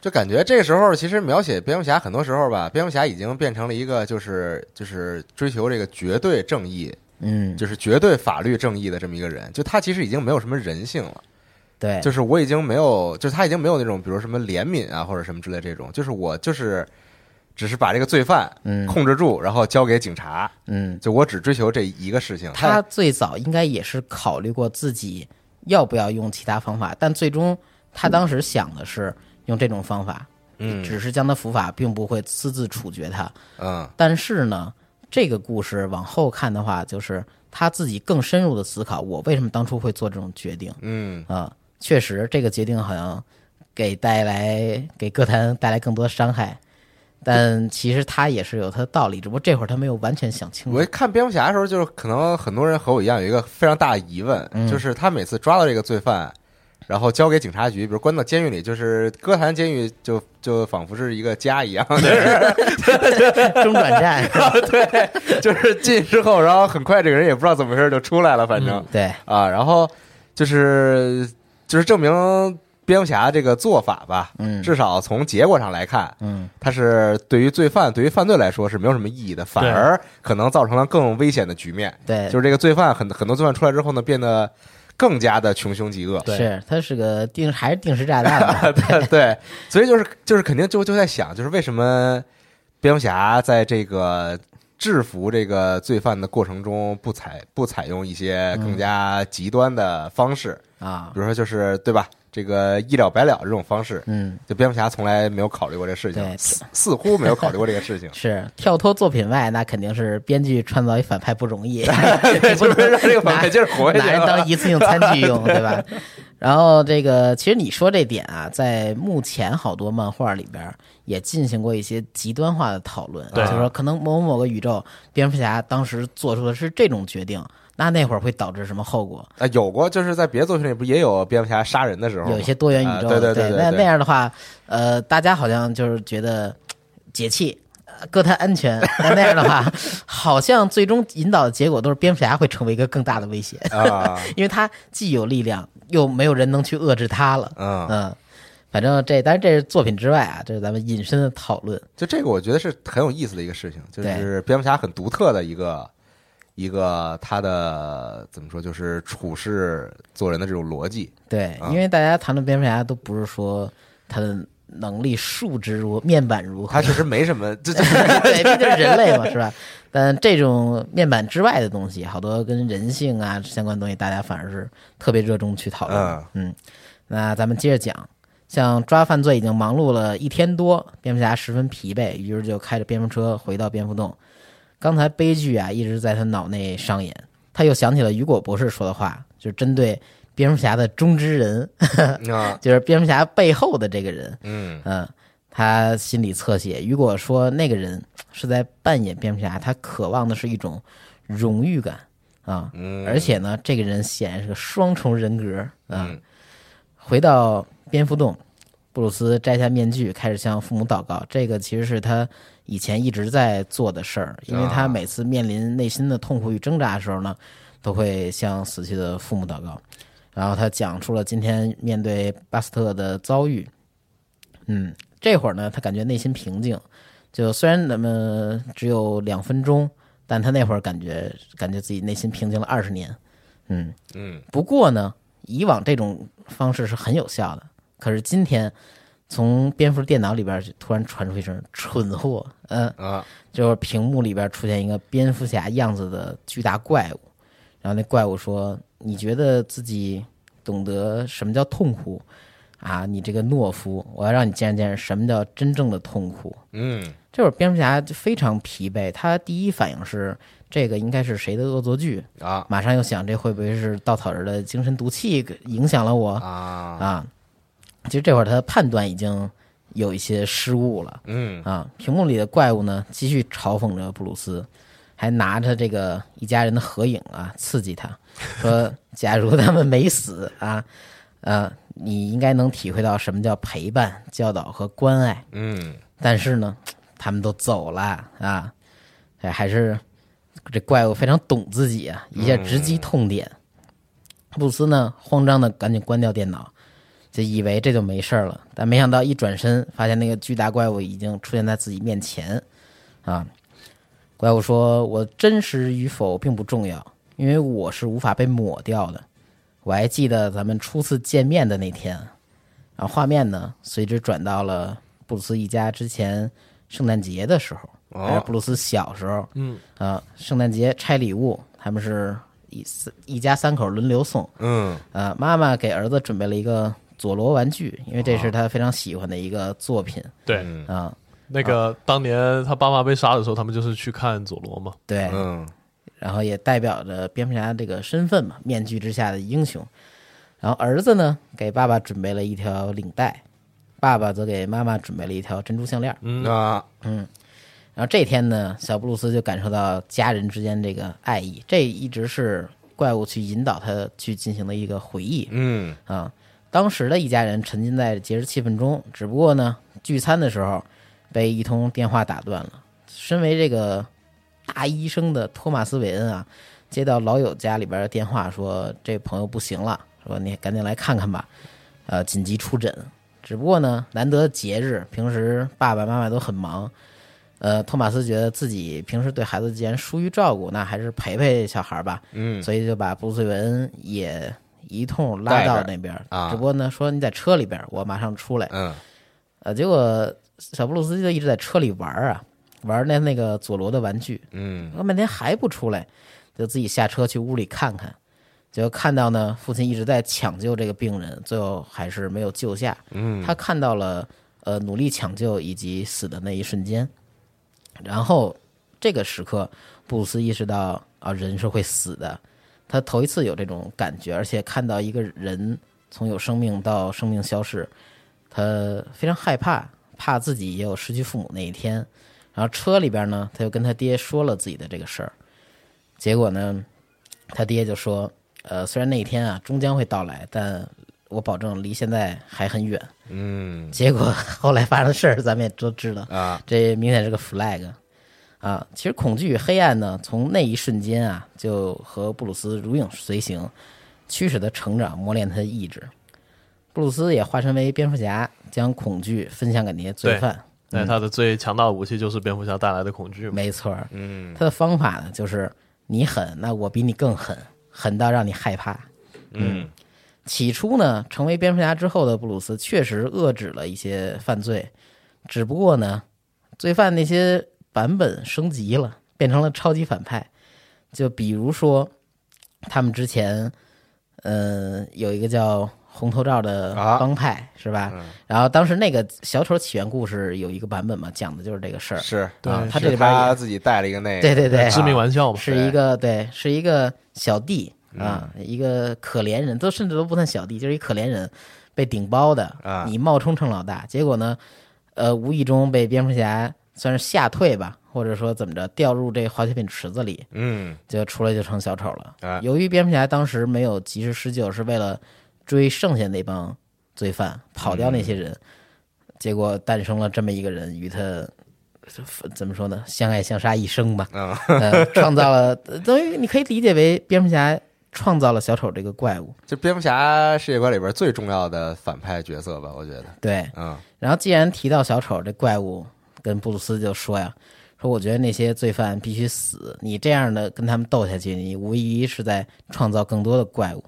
就感觉这时候其实描写蝙蝠侠，很多时候吧，蝙蝠侠已经变成了一个就是就是追求这个绝对正义，？”嗯，就是绝对法律正义的这么一个人，就他其实已经没有什么人性了。对，就是我已经没有，就是他已经没有那种，比如什么怜悯啊，或者什么之类这种，就是我就是只是把这个罪犯嗯控制住，然后交给警察，嗯，就我只追求这一个事情。他最早应该也是考虑过自己要不要用其他方法，但最终他当时想的是用这种方法，嗯只是将他伏法，并不会私自处决他。嗯但是呢，这个故事往后看的话，就是他自己更深入的思考，我为什么当初会做这种决定嗯啊、确实，这个决定好像给带来给歌坛带来更多伤害，但其实他也是有他的道理，只不过这会儿他没有完全想清楚我。看蝙蝠侠的时候，就是可能很多人和我一样有一个非常大的疑问，就是他每次抓到这个罪犯，然后交给警察局，比如关到监狱里，就是哥谭监狱就就仿佛是一个家一样，中转站， [LAUGHS] 就是进之后，然后很快这个人也不知道怎么回事就出来了，反正、对，啊，然后就是就是证明蝙蝠侠这个做法吧，嗯至少从结果上来看，嗯，它是对于罪犯、对于犯罪来说是没有什么意义的，反对而可能造成了更危险的局面。对就是这个罪犯很很多罪犯出来之后呢，变得更加的穷凶极恶。对是他是个定还是定时炸弹 [LAUGHS] 吧？对对，所以就是就是肯定就就在想，就是为什么蝙蝠侠在这个制服这个罪犯的过程中不采不采用一些嗯更加极端的方式，啊比，如说就是对吧，这个一了百了这种方式，嗯，就蝙蝠侠从来没有考虑过这事对。情，似似乎没有考虑过这个事情 [LAUGHS] 是跳脱作品外，那肯定是编剧创造一反派不容 [LAUGHS] 易，对， [LAUGHS] 不就能是让这个反派劲儿活下拿去人了当一次性餐具 [LAUGHS] 用，对吧？然后这个，其实你说这点啊，在目前好多漫画里边也进行过一些极端化的讨论，啊对就是说可能某某个宇宙蝙蝠侠当时做出的是这种决定，那那会儿会导致什么后果？啊，有过，就是在别的作品里不也有蝙蝠侠杀人的时候吗？有一些多元宇宙，啊对对对对对那对那样的话，呃，大家好像就是觉得解气，呃歌坛安全。那那样的话，好像最终引导的结果都是蝙蝠侠会成为一个更大的威胁，啊，因为他既有力量，又没有人能去遏制他了。嗯， [LAUGHS] 嗯，反正这当然这是作品之外啊，这是咱们引申的讨论。就这个我觉得是很有意思的一个事情，就对是蝙蝠侠很独特的一个一个他的怎么说，就是处事做人的这种逻 [LAUGHS] 辑。对，啊因为大家谈论蝙蝠侠都不是说他的能力数值如何，面板如何，他确实没什么，这 [LAUGHS] 这对，毕竟是人类嘛，是吧？但这种面板之外的东西，好多跟人性啊相关的东西，大家反而是特别热衷去讨 [LAUGHS] 论的。嗯，那咱们接着讲，像抓犯罪已经忙碌了一天多，蝙蝠侠十分疲惫，于是就开着蝙蝠车回到蝙蝠洞。刚才悲剧啊一直在他脑内上演，他又想起了雨果博士说的话，就是针对蝙蝠侠的中之人，啊，就是蝙蝠侠背后的这个人。嗯嗯，他心里侧写，雨果说那个人是在扮演蝙蝠侠，他渴望的是一种荣誉感啊，嗯而且呢，这个人显然是个双重人格啊。嗯回到蝙蝠洞，布鲁斯摘下面具，开始向父母祷告。这个其实是他以前一直在做的事儿，因为他啊每次面临内心的痛苦与挣扎的时候呢，都会向死去的父母祷告。然后他讲述了今天面对巴斯特的遭遇。嗯，这会儿呢，他感觉内心平静。就虽然咱们只有两分钟，但他那会儿感觉感觉自己内心平静了二十年。嗯，嗯不过呢，以往这种方式是很有效的。可是今天，从蝙蝠电脑里边突然传出一声“蠢货”，嗯，啊，就是屏幕里边出现一个蝙蝠侠样子的巨大怪物，然后那怪物说：“你觉得自己懂得什么叫痛苦啊？你这个懦夫！我要让你见识见识什么叫真正的痛苦。”嗯这会儿蝙蝠侠就非常疲惫，他第一反应是这个应该是谁的恶作剧，啊马上又想这会不会是稻草人的精神毒气给影响了我啊，啊？其实这会儿他的判断已经有一些失误了嗯啊！屏幕里的怪物呢，继续嘲讽着布鲁斯，还拿着这个一家人的合影啊刺激他，说假如他们没死啊，呃，你应该能体会到什么叫陪伴、教导和关爱。嗯但是呢，他们都走了啊，哎，还是这怪物非常懂自己啊，一下直击痛点。布鲁斯呢，慌张的赶紧关掉电脑，就以为这就没事儿了，但没想到一转身，发现那个巨大怪物已经出现在自己面前啊。怪物说：“我真实与否并不重要，因为我是无法被抹掉的。”我还记得咱们初次见面的那天，然后画面呢随之转到了布鲁斯一家之前圣诞节的时候，哦还是布鲁斯小时候，嗯啊，圣诞节拆礼物，他们是一四一家三口轮流送，嗯呃，妈妈给儿子准哦备了一个佐罗玩具，因为这是他非常喜欢的一个作品对，啊、那个当年他爸妈被杀的时候，他们就是去看佐罗嘛。对，嗯，然后也代表着蝙蝠侠这个身份嘛，面具之下的英雄。然后儿子呢，给爸爸准备了一条领带，爸爸则给妈妈准备了一条珍珠项链。嗯那然后这天呢，小布鲁斯就感受到家人之间这个爱意，这一直是怪物去引导他去进行的一个回忆嗯啊。当时的一家人沉浸在节日气氛中，只不过呢，聚餐的时候被一通电话打断了。身为这个大医生的托马斯·韦恩啊，接到老友家里边的电话说，这朋友不行了，说你赶紧来看看吧，呃，紧急出诊。只不过呢，难得节日，平时爸爸妈妈都很忙，呃，托马斯觉得自己平时对孩子既然疏于照顾，那还是陪陪小孩吧，嗯所以就把布鲁斯·韦恩也一通带拉着到那边儿。啊只不过呢，说你在车里边儿，我马上出来。嗯呃，结果小布鲁斯就一直在车里玩儿啊，玩儿那那个佐罗的玩具，嗯玩半天还不出来，就自己下车去屋里看看，就看到呢，父亲一直在抢救这个病人，最后还是没有救下。嗯，他看到了呃努力抢救以及死的那一瞬间，然后这个时刻，布鲁斯意识到啊，人是会死的。他头一次有这种感觉，而且看到一个人从有生命到生命消逝，他非常害怕，怕自己也有失去父母那一天。然后车里边呢，他就跟他爹说了自己的这个事儿，结果呢，他爹就说：“呃，虽然那一天啊终将会到来，但我保证离现在还很远。”嗯结果后来发生的事儿，咱们也都知道，啊这明显是个 flag 啊。其实恐惧与黑暗呢，从那一瞬间啊，就和布鲁斯如影随形，驱使他成长，磨练他的意志。布鲁斯也化身为蝙蝠侠，将恐惧分享给那些罪对犯。那他的最强大的武器就是蝙蝠侠带来的恐惧嘛。没错儿，嗯他的方法呢，就是你狠，那我比你更狠，狠到让你害怕。嗯起初呢，成为蝙蝠侠之后的布鲁斯确实遏制了一些犯罪，只不过呢，罪犯那些版本升级了，变成了超级反派。就比如说，他们之前，呃，有一个叫红头罩的啊帮派、是吧？然后当时那个小丑起源故事有一个版本嘛，讲的就是这个事儿。是对啊，他是这里边也他自己带了一个那个对对对，致命玩笑嘛。是一个对，是一个小弟啊，一个可怜人，都甚至都不算小弟，就是一可怜人，被顶包的啊你冒充成老大，结果呢，呃，无意中被蝙蝠侠算是吓退吧，或者说怎么着，掉入这化学品池子里，嗯就出来就成小丑了。啊由于蝙蝠侠当时没有及时施救，是为了追剩下那帮罪犯，跑掉那些人，结果诞生了这么一个人，与他怎么说呢，相爱相杀一生吧。嗯呃，创造了呃等于你可以理解为蝙蝠侠创造了小丑这个怪物。就蝙蝠侠世界观里边最重要的反派角色吧，我觉得，对，嗯然后既然提到小丑这怪物，跟布鲁斯就说呀，说我觉得那些罪犯必须死，你这样的跟他们斗下去，你无疑是在创造更多的怪物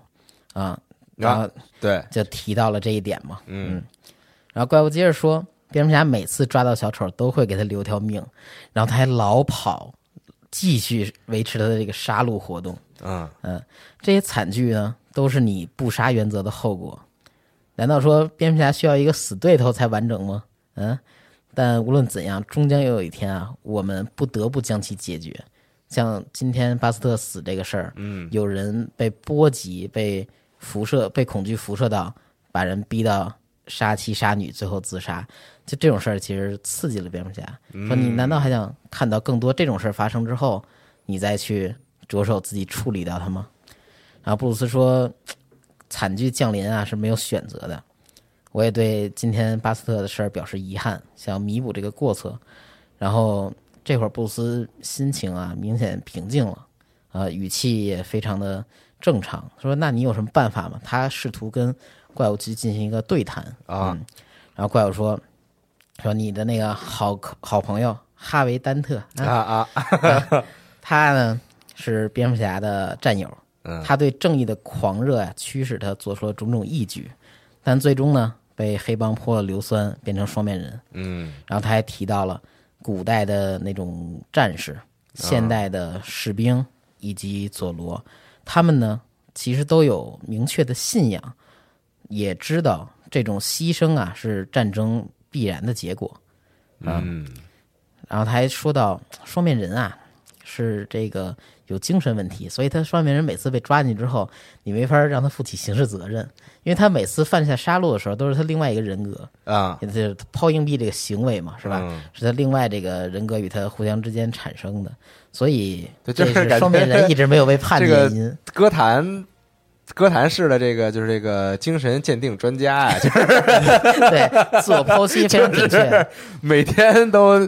啊。然后对，就提到了这一点嘛。嗯然后怪物接着说，蝙蝠侠每次抓到小丑都会给他留条命，然后他还老跑，继续维持他的这个杀戮活动。嗯嗯，这些惨剧呢，都是你不杀原则的后果。难道说蝙蝠侠需要一个死对头才完整吗？嗯，但无论怎样，终将又有一天啊，我们不得不将其解决。像今天巴斯特死这个事儿，嗯，有人被波及、被辐射、被恐惧辐射到，把人逼到杀妻杀女，最后自杀，就这种事儿其实刺激了蝙蝠侠。说你难道还想看到更多这种事儿发生之后，你再去着手自己处理掉它吗？然后布鲁斯说，惨剧降临啊是没有选择的。我也对今天巴斯特的事儿表示遗憾，想弥补这个过错。然后这会儿布鲁斯心情啊明显平静了，呃，语气也非常的正常。说：“那你有什么办法吗？”他试图跟怪物去进行一个对谈啊嗯然后怪物说：“说你的那个好好朋友哈维·丹特啊啊啊， [LAUGHS] 他呢是蝙蝠侠的战友，嗯他对正义的狂热啊驱使他做出了种种义举，但最终呢被黑帮泼了硫酸，变成双面人。嗯然后他还提到了古代的那种战士、啊现代的士兵以及佐罗，他们呢其实都有明确的信仰，也知道这种牺牲啊是战争必然的结果。嗯，然后他还说到双面人啊，是这个有精神问题，所以他双面人每次被抓进去之后，你没法让他负起刑事责任，因为他每次犯下杀戮的时候都是他另外一个人格，啊，也就是抛硬币这个行为嘛，是吧？嗯是他另外这个人格与他互相之间产生的，所以对这就是感觉是双面人一直没有被判的这个原因。歌坛。歌坛式的这个就是这个精神鉴定专家啊， [LAUGHS] 就是对，自我剖析非常准确。每天都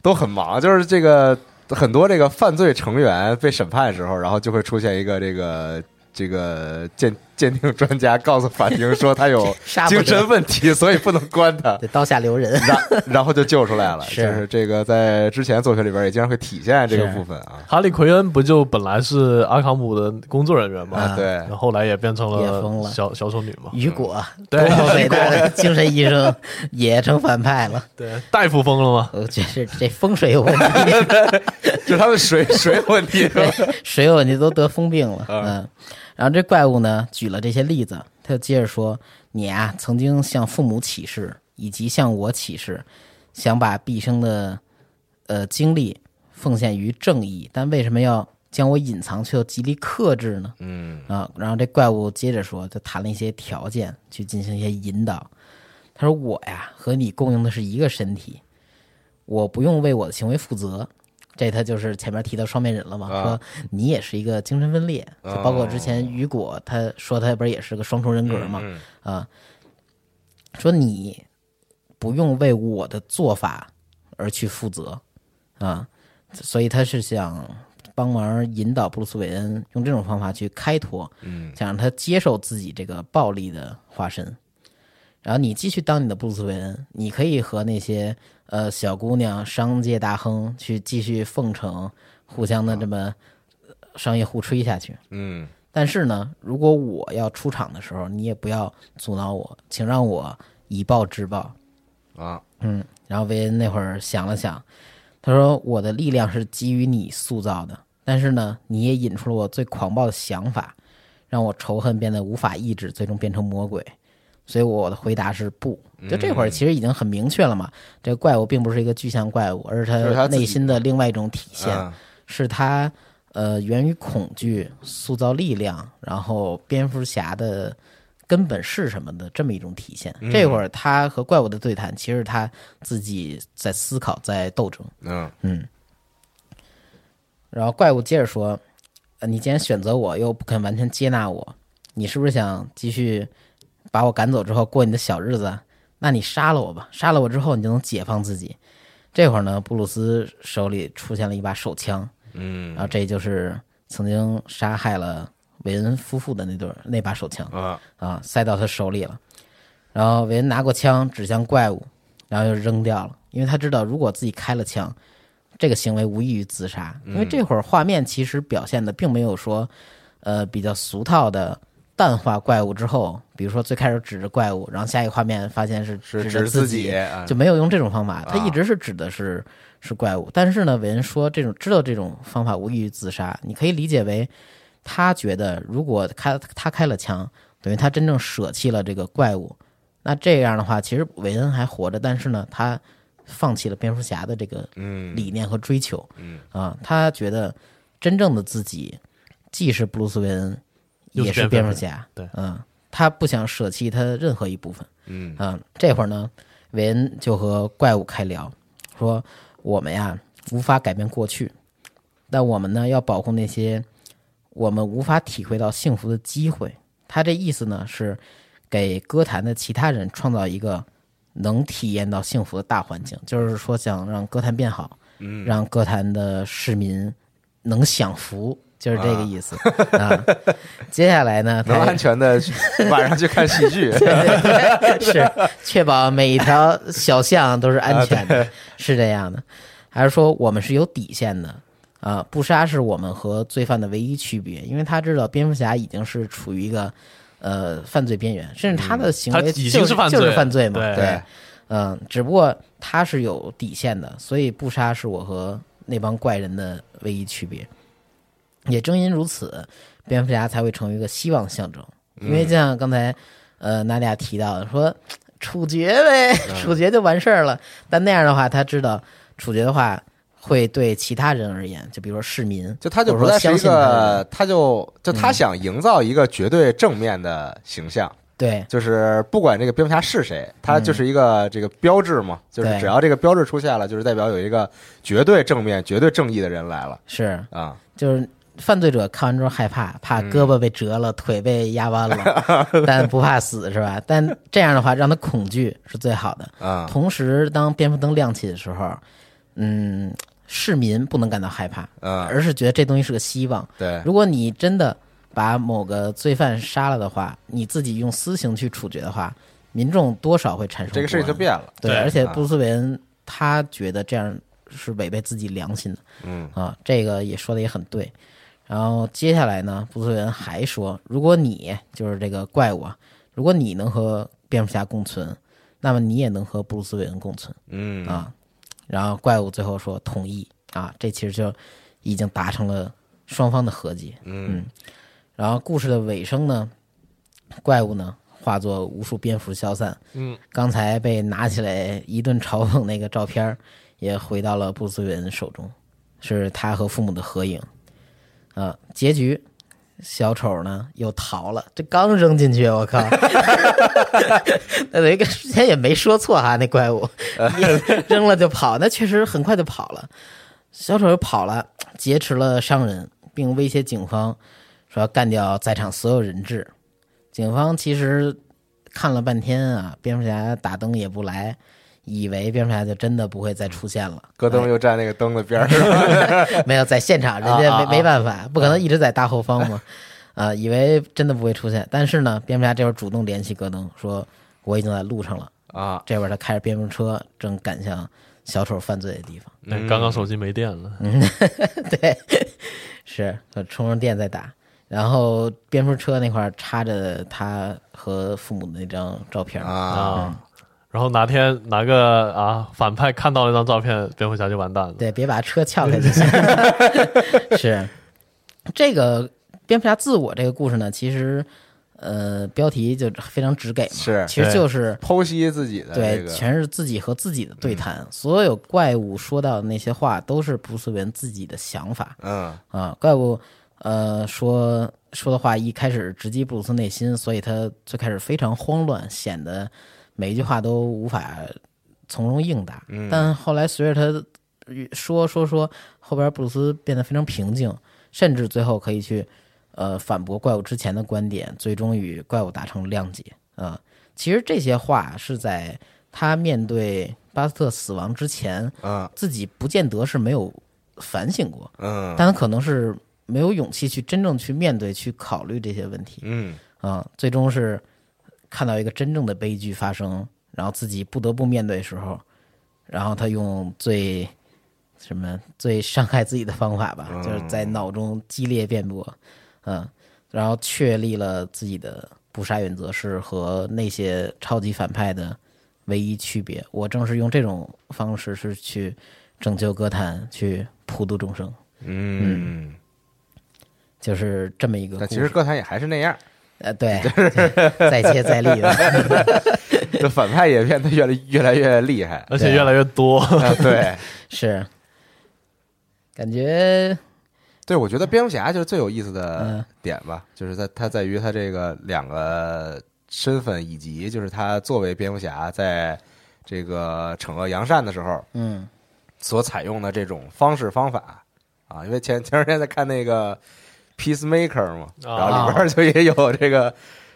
都很忙，就是这个很多这个犯罪成员被审判的时候，然后就会出现一个这个这个鉴鉴定专家告诉法庭说他有 [LAUGHS] 杀不精得神问题，所以不能关他。对，刀下留人。然 [LAUGHS] 然后就救出来了，是就是这个在之前作品里边也经常会体现这个是部分啊哈利奎恩不就本来是阿卡姆的工作人员嘛，啊，对然，后后来也变成也疯了小小丑女嘛，雨果，对多么伟大的精神医生也成反派了。对，大夫疯了吗？我觉得这风水有问题，就他们 [LAUGHS] 水水有问题，水有问题都得疯病了。嗯，然后这怪物呢，举了这些例子，他就接着说：“你啊，曾经向父母起誓，以及向我起誓，想把毕生的呃精力奉献于正义，但为什么要将我隐藏却又极力克制呢？”嗯啊，然后这怪物接着说，就谈了一些条件去进行一些引导。他说：“我呀，和你共用的是一个身体，我不用为我的行为负责。”这他就是前面提到双面人了嘛，啊说你也是一个精神分裂，就包括之前雨果他说他不是也是个双重人格嘛，嗯啊，说你不用为我的做法而去负责啊，所以他是想帮忙引导布鲁斯韦恩用这种方法去开脱，嗯，想让他接受自己这个暴力的化身。然后你继续当你的布鲁斯韦恩，你可以和那些呃小姑娘、商界大亨去继续奉承，互相的这么呃商业互吹下去。啊嗯但是呢，如果我要出场的时候，你也不要阻挠我，请让我以暴制暴。啊，嗯，然后韦恩那会儿想了想，他说：“我的力量是基于你塑造的，但是呢，你也引出了我最狂暴的想法，让我仇恨变得无法抑制，最终变成魔鬼。”所以我的回答是不。嗯就这会儿其实已经很明确了嘛，这个怪物并不是一个具象怪物，而是就是他他自己内心的另外一种体现。啊是他呃源于恐惧塑造力量，然后蝙蝠侠的根本是什么的这么一种体现。这会儿他和怪物的对谈，其实他自己在思考，在斗争。嗯然后怪物接着说：“呃，你既然选择我，又不肯完全接纳我，你是不是想继续把我赶走之后过你的小日子啊？那你杀了我吧，杀了我之后，你就能解放自己。”这会儿呢，布鲁斯手里出现了一把手枪，嗯然后这就是曾经杀害了韦恩夫妇的那对儿那把手枪啊，啊，塞到他手里了。然后韦恩拿过枪指向怪物，然后又扔掉了，因为他知道如果自己开了枪，这个行为无异于自杀。嗯因为这会儿画面其实表现的并没有说，呃，比较俗套的。淡化怪物之后，比如说最开始指着怪物，然后下一个画面发现是是指指着自自己啊就没有用这种方法，他啊一直是指的是、是怪物。但是呢，韦恩说这种知道这种方法无异于自杀，你可以理解为他觉得如果开他开了枪，等于他真正舍弃了这个怪物。那这样的话，其实韦恩还活着，但是呢，他放弃了蝙蝠侠的这个嗯理念和追求。嗯啊，他觉得真正的自己既是布鲁斯韦恩，又也是是蝙蝙蝠蝠侠。对嗯，他不想舍弃他任何一部分。嗯啊，这会儿呢，韦恩就和怪物开聊，说我们呀无法改变过去，但我们呢要保护那些我们无法体会到幸福的机会。他这意思呢是给歌坛的其他人创造一个能体验到幸福的大环境，就是说想让歌坛变好，嗯让歌坛的市民能享福，就是这个意思啊接下来呢，能他安全 [LAUGHS] 的晚上去看喜剧， [LAUGHS] 是确保每一条小巷都是啊安全的，是这样的。还是说我们是有底线的啊、不杀是我们和罪犯的唯一区别，因为他知道蝙蝠侠已经是处于一个呃犯罪边缘，甚至他的行他为就已经是犯罪就是犯罪嘛，对对，嗯、只不过他是有底线的，所以不杀是我和那帮怪人的唯一区别。也正因如此，蝙蝠嗯侠才会成为一个希望象征，因为就像刚才呃娜迪亚提到的，说处决呗，嗯 [LAUGHS] 处决就完事儿了。但那样的话，他知道处决的话会对其他人而言，就比如说市民，就他就或不者再说是嗯相一信他的人个，他就就他想营造一个绝对正面的形象，对就是不管这个蝙蝠侠是谁，他就是一个这个标志嘛，就是对只要这个标志出现了，就是代表有一个绝对正面、绝对正义的人来了是啊。就是犯罪者看完之后害嗯怕，怕胳膊被折了，腿被压弯 [LAUGHS] 了，但不怕死是吧？但这样的话，让他恐惧是最好的。啊同时，当蝙蝠灯亮起的时候，嗯，市民不能感到害怕，嗯而是觉得这东西是个希望。对如果你真的把某个罪犯杀了的话，你自己用私刑去处决的话，民众多少会产生这个事情就不安变了，对，对而且啊布鲁斯韦恩他觉得这样是违背自己良心的，嗯啊，这个也说的也很对。然后接下来呢，布鲁斯韦恩还说，如果你就是这个怪物啊，如果你能和蝙蝠侠共存，那么你也能和布鲁斯韦恩共存嗯啊。然后怪物最后说同意啊，这其实就已经达成了双方的和解。嗯然后故事的尾声呢，怪物呢化作无数蝙蝠消散。嗯，刚才被拿起来一顿嘲讽那个照片儿，也回到了布鲁斯韦恩手中，是他和父母的合影。啊，结局小丑呢又逃了，这刚扔进去，我靠！那等于跟之前也没说错哈、那怪物 [LAUGHS] 扔了就跑，那确实很快就跑了。小丑又跑了，劫持了商人，并威胁警方说要干掉在场所有人质。警方其实看了半天啊，蝙蝠侠打灯也不来，以为蝙蝠侠就真的不会再出现了。戈登又站那个灯的边儿 [LAUGHS] 上，没有在现场，人啊家啊没啊没办法，不可能一直在大后方嘛。啊，以为真的不会出现，但是呢，蝙蝠侠这会儿主动联系戈登，说我已经在路上了。啊，这会儿他开着蝙蝠车，正赶向小丑犯罪的地方。对，哎刚刚手机没电了，嗯 [LAUGHS] 对，是呃充上电再打。然后蝙蝠车那块儿插着他和父母的那张照片儿啊啊。嗯然后哪天哪个啊反派看到那张照片，蝙蝠侠就完蛋了。对，别把车撬开就行。 [LAUGHS] 是这个蝙蝠侠自我这个故事呢，其实呃标题就非常直给嘛，是其实就是剖析自己的这对，个，嗯全是自己和自己的对谈，所有怪物说到的那些话都是布鲁斯韦恩自己的想法嗯啊，怪物。呃，说说的话一开始直击布鲁斯内心，所以他最开始非常慌乱，显得每一句话都无法从容应答。但后来随着他越说说说，后边布鲁斯变得非常平静，甚至最后可以去呃反驳怪物之前的观点，最终与怪物达成谅解啊、其实这些话是在他面对巴斯特死亡之前，嗯自己不见得是没有反省过，嗯但他可能是没有勇气去真正去面对、去考虑这些问题。嗯啊，最终是看到一个真正的悲剧发生，然后自己不得不面对的时候，然后他用最什么最伤害自己的方法吧，就是在脑中激烈辩驳，嗯，然后确立了自己的不杀原则是和那些超级反派的唯一区别。我正是用这种方式是去拯救歌坛，去普度众生，嗯，就是这么一个故但事。其实歌坛也还是那样，[LAUGHS] 呃，对，再接再厉吧。这反派也变得越来越来越厉 [LAUGHS] 害，而且越来越多，啊对。是，感觉对，我觉得蝙蝠侠就是最有意思嗯的点吧，就是在它在于它这个两个身份，以及就是他作为蝙蝠侠在这个惩恶扬善的时候嗯所采用的这种方式方法啊。因为前前段时间在看那个 Peacemaker 嘛，啊然后里边就也有这个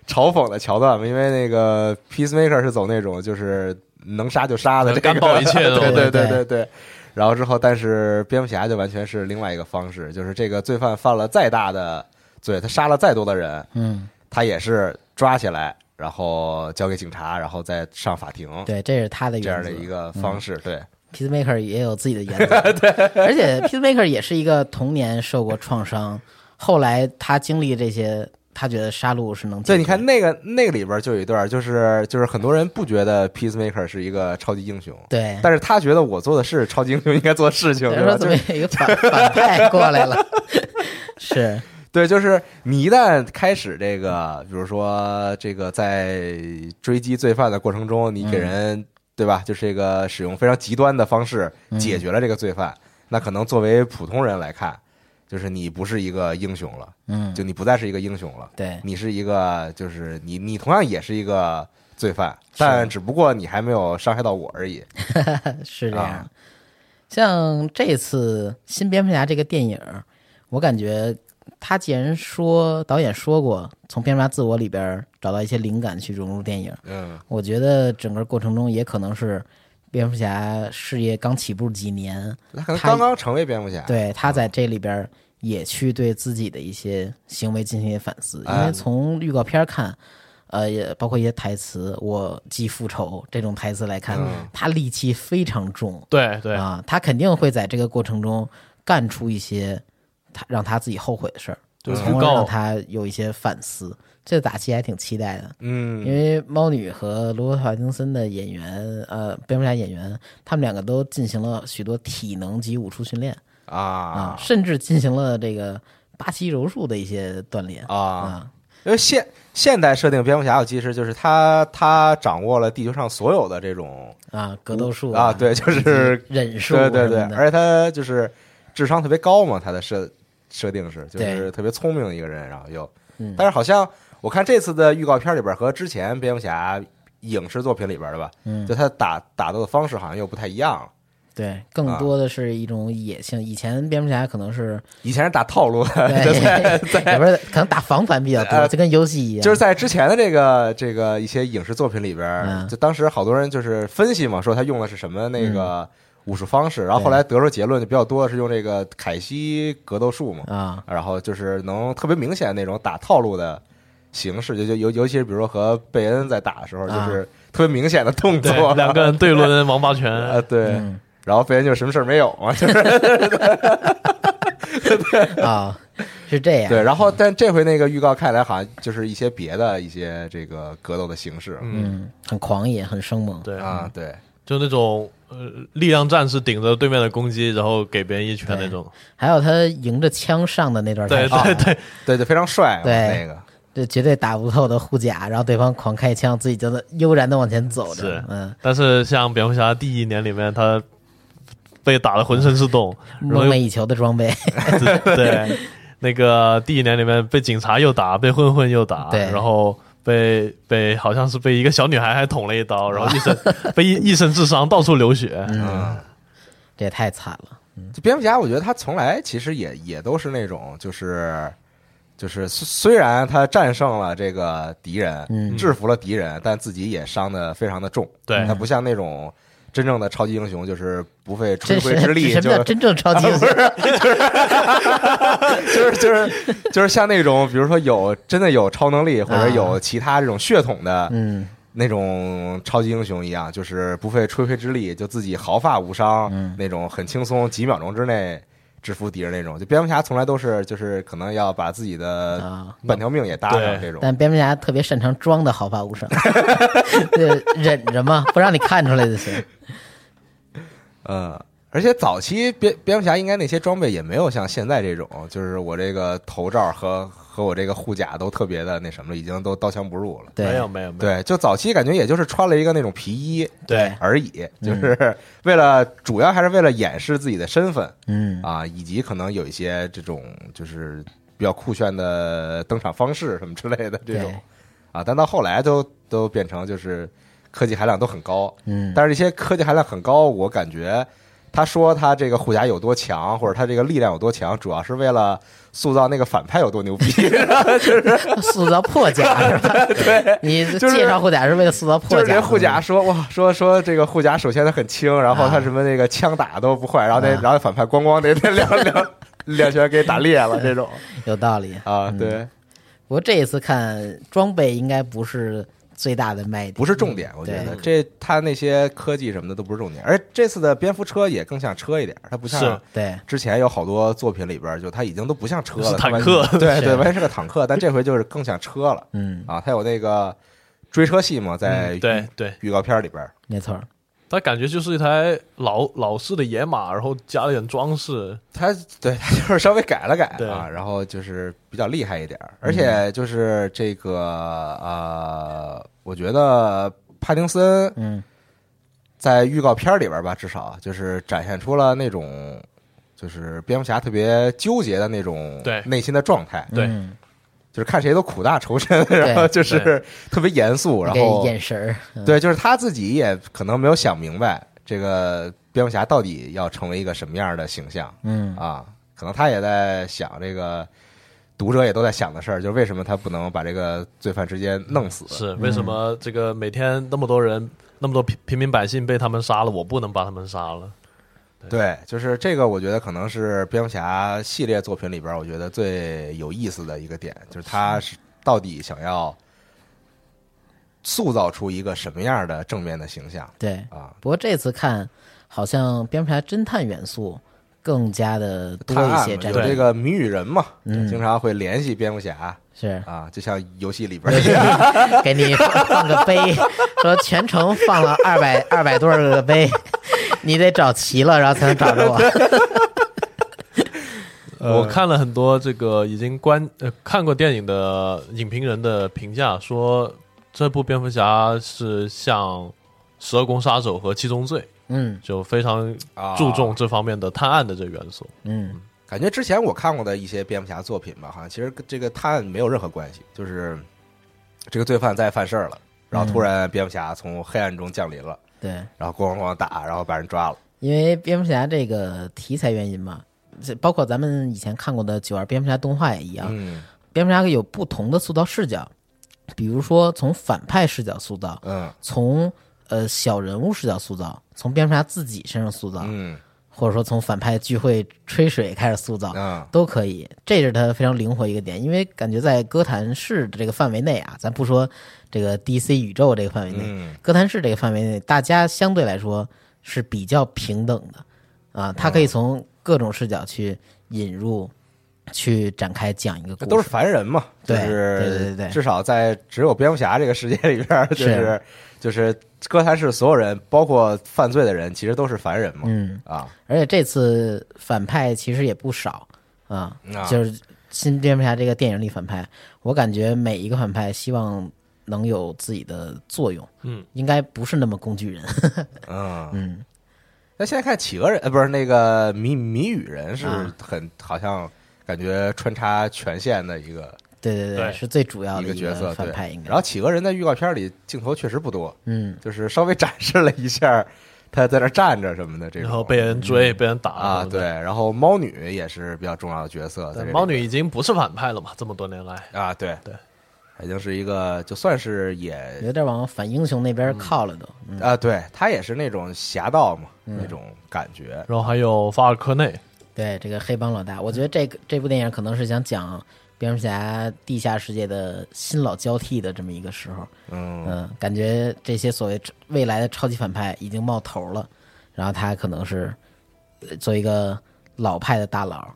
嘲讽的桥段嘛，因为那个 Peacemaker 是走那种就是能杀就杀的这个干爆一切的对对对对对对。然后之后，但是蝙蝠侠就完全是另外一个方式，就是这个罪犯犯了再大的罪，他杀了再多的人，嗯，他也是抓起来，然后交给警察，然后再上法庭，对，这是他的这样嗯原则。的一个方式。对， Peacemaker 也有自己 [LAUGHS] 的原则，而且 Peacemaker 也是一个童年受过创伤，后来他经历这些，他觉得杀戮是能对，解你决看那个那个里边就有一段，就是就是很多人不觉得 Peacemaker 是一个超级英雄，对，但是他觉得我做的是超级英雄应该做的事情，他对吧？说怎就么是 [LAUGHS] 有一个反反派过来了，是对，就是你一旦开始这个，比如说这个在追击罪犯的过程中，你给人、对吧，就是这个使用非常极端的方式解决了这个罪犯，那可能作为普通人来看，就是你不是一个英雄了，嗯，就你不再是一个英雄了，对，你是一个，就是你你同样也是一个罪犯，但只不过你还没有伤害到我而已。是这样。啊像这次《新蝙蝠侠》这个电影，我感觉他既然说导演说过从蝙蝠侠自我里边找到一些灵感去融入电影，嗯我觉得整个过程中也可能是蝙蝠侠事业刚起步几年，他可能他刚刚成为蝙蝠侠，对他在这里边儿也去对自己的一些行为进行一些反思，因为哎从预告片儿看，呃，也包括一些台词“我既复仇”这种台词来看，他戾气非常重对对，啊，他肯定会在这个过程中干出一些他让他自己后悔的事儿，对从预而告让他有一些反思。这个打戏还挺期待的，因嗯，为猫女和罗伯特·华丁森的演员，呃，蝙蝠侠演员，他们两个都进行了许多体能及武术训练。啊，啊甚至进行了这个巴西柔术的一些锻炼啊，因为现现代设定蝙蝠侠，我记是就是他他掌握了地球上所有的这种啊，格斗术啊，对，就是以及忍术对对什对，么的而且他就是智商特别高嘛，他的设设定是就对是特别聪明的一个人，然后又嗯，但是好像我看这次的预告片里边和之前蝙蝠侠影视作品里边的吧，嗯就他打打斗的方式好像又不太一样了，对，更啊多的是一种野性。以前蝙蝠侠可能是以前是打套路的， [LAUGHS] 就在 [LAUGHS] 对，也不是可能打防反比较多，呃就跟游戏一样，就是在之前的这个这个一些影视作品里边儿，嗯就当时好多人就是分析嘛，说他用的是什么那嗯个武术方式，然后后来得出结论就比较多的是用这个凯西格斗术嘛，啊，然后就是能特别明显那种打套路的形式，就就尤尤其是比如说和贝恩在打的时候，就啊是特别明显的动 [LAUGHS] 作，对，两个人对抡王八拳，啊对。嗯然后贝恩就什么事儿没有 [LAUGHS] 嘛，就是啊，是这样，对。然后，但这回那个预告看来好像就是一些别的一些这个格斗的形式，嗯，很狂野，很生猛，对啊，对，就那种呃力量战士顶着对面的攻击，然后给别人一拳那种，还有他迎着枪上的那段对台词，对对，对对，非常帅嘛，啊对那个这绝对打不透的护甲，然后对方狂开枪，自己就在悠然的往前走着是，嗯，但是像蝙蝠侠第一年里面，他被打得浑身是洞，然后梦寐以求的装备， [LAUGHS] 又 [LAUGHS] 对那个第一年里面被警察又打，被混混又打，对然后被被好像是被一个小女孩还捅了一刀，然后一身 [LAUGHS] 被一一身智商到处流血，嗯这也太惨了。就蝙蝠侠，我觉得他从来其实也也都是那种，就是就是虽虽然他战胜了这个敌人，嗯制服了敌人，但自己也伤的非常的重。对他不像那种真正的超级英雄，就是不费吹真灰之力什就啊么叫真正超级英雄？就是就是就是像那种，比如说有真的有超能力或者有其他这种血统的啊嗯，那种超级英雄一样，就是不费吹灰之力就自己毫发无伤，嗯那种很轻松，几秒钟之内制服敌人那种。就蝙蝠侠从来都是就是可能要把自己的啊半条命也搭对上这种。但蝙蝠侠特别擅长装的毫发无伤， [LAUGHS] 对，忍着嘛，不让你看出来就行。嗯，而且早期蝙蝙蝠侠应该那些装备也没有像现在这种，就是我这个头罩和和我这个护甲都特别的那什么了，已经都刀枪不入了。没对有，没有没有，对，就早期感觉也就是穿了一个那种皮衣对而已，嗯 [LAUGHS] 就是为了主要还是为了掩饰自己的身份，嗯，啊，以及可能有一些这种就是比较酷炫的登场方式什么之类的这对种，啊，但到后来都都变成就是科技含量都很高，嗯，但是这些科技含量很高，我感觉他说他这个护甲有多强，或者他这个力量有多强，主要是为了塑造那个反派有多牛逼， [LAUGHS] [LAUGHS] 塑造破甲是吧？对，你就是介绍护甲是为了塑造就破是甲，这护甲嗯说哇说说这个护甲首先它很轻，然后啊它什么那个枪打都不坏，然后那啊然后反派咣咣得得 [LAUGHS] 两两两拳给打裂 [LAUGHS] 了这种嗯有道理。啊，对。不过这一次看装备应该不是最大的卖点，不是重点，我觉对得这他那些科技什么的都不是重点，而这次的蝙蝠车也更像车一点，它不像是嗯对，之前有好多作品里边，就它已经都不像车是了，坦它完克 [LAUGHS] 对是对，完全是个坦克，但这回就是更像车了嗯，啊！它有那个追车戏嘛，在嗯对对预告片里边，没错儿。它感觉就是一台老老式的野马，然后加了点装饰，他对他就是稍微改了改对啊，然后就是比较厉害一点儿，嗯而且就是这个呃，我觉得帕丁森嗯在预告片里边吧，至少就是展现出了那种就是蝙蝠侠特别纠结的那种对内心的状态，对嗯就是看谁都苦大仇深，然后就是对特别严肃，然给后眼神儿，嗯对，就是他自己也可能没有想明白这个蝙蝠侠到底要成为一个什么样的形象。嗯啊，可能他也在想这个，读者也都在想的事儿，就是为什么他不能把这个罪犯直接弄死？是为什么这个每天那么多人，那么多平平民百姓被他们杀了，我不能把他们杀了？对，就是这个，我觉得可能是蝙蝠侠系列作品里边儿，我觉得最有意思的一个点，就是他是到底想要塑造出一个什么样的正面的形象对。啊？不过这次看，好像蝙蝠侠侦探元素更加的多探一案些嘛占有比，这个谜语人嘛，就嗯经常会联系蝙蝠侠是啊，就像游戏 [LAUGHS] 里边儿一样。给你放放个杯， [LAUGHS] 说全程放了二百二百多少个杯， [LAUGHS] 你得找齐了，然后才能找着我。呃我看了很多这个已经观呃看过电影的影评人的评价，说这部蝙蝠侠是像《十二宫杀手》和《七宗罪》，嗯就非常啊注重这方面的探案的这个元素。嗯感觉之前我看过的一些蝙蝠侠作品吧，好像其实跟这个探案没有任何关系，就是这个罪犯在犯事儿了，然嗯后突然蝙蝠侠从黑暗中降临了，对，然后咣咣咣打，然后把人抓了。因为蝙蝠侠这个题材原因嘛，这包括咱们以前看过的九二蝙蝠侠动画也一样，嗯蝙蝠侠有不同的塑造视角，比如说从反派视角塑造，嗯从呃小人物视角塑造，从蝙蝠侠自己身上塑造，嗯或者说从反派聚会吹水开始塑造，嗯都可以，这是它非常灵活一个点，因为感觉在哥谭市的这个范围内啊，咱不说这个 DC 宇宙这个范围内，嗯哥谭市这个范围内，大家相对来说是比较平等的啊，嗯它可以从各种视角去引入，去展开讲一个故那事，都是凡人嘛，就对是对对对对至少在只有蝙蝠侠这个世界里边儿，就是就是哥谭市所有人，包括犯罪的人，其实都是凡人嘛。嗯，啊，而且这次反派其实也不少啊，啊就是新蝙蝠侠这个电影里反派，我感觉每一个反派希望能有自己的作用，嗯，应该不是那么工具人， [LAUGHS] 嗯嗯。那现在看企鹅人，呃，不是那个谜谜语人，是啊很、好像感觉穿插全线的一个对对对是最主要一的角色，啊反对派应。该。然后企鹅人在预告片里镜头确实不多，嗯，就是稍微展示了一下他在那儿站着什么的这种。然后被人追，被人打啊，什么的对，。然后猫女也是比较重要的角色，在这但里猫女已经不是反派了嘛？这么多年来，啊，对对，已经是一个就算是也有点往反英雄那边靠了都。嗯啊，对，她也是那种侠盗嘛，那种感觉，然后还有法尔科内，对，这个黑帮老大，我嗯觉得这个这部电影可能是想讲蝙蝠侠地下世界的新老交替的这么一个时候。嗯嗯，感觉这些所谓未来的超级反派已经冒头了，然后他可能是呃作为一个老派的大佬，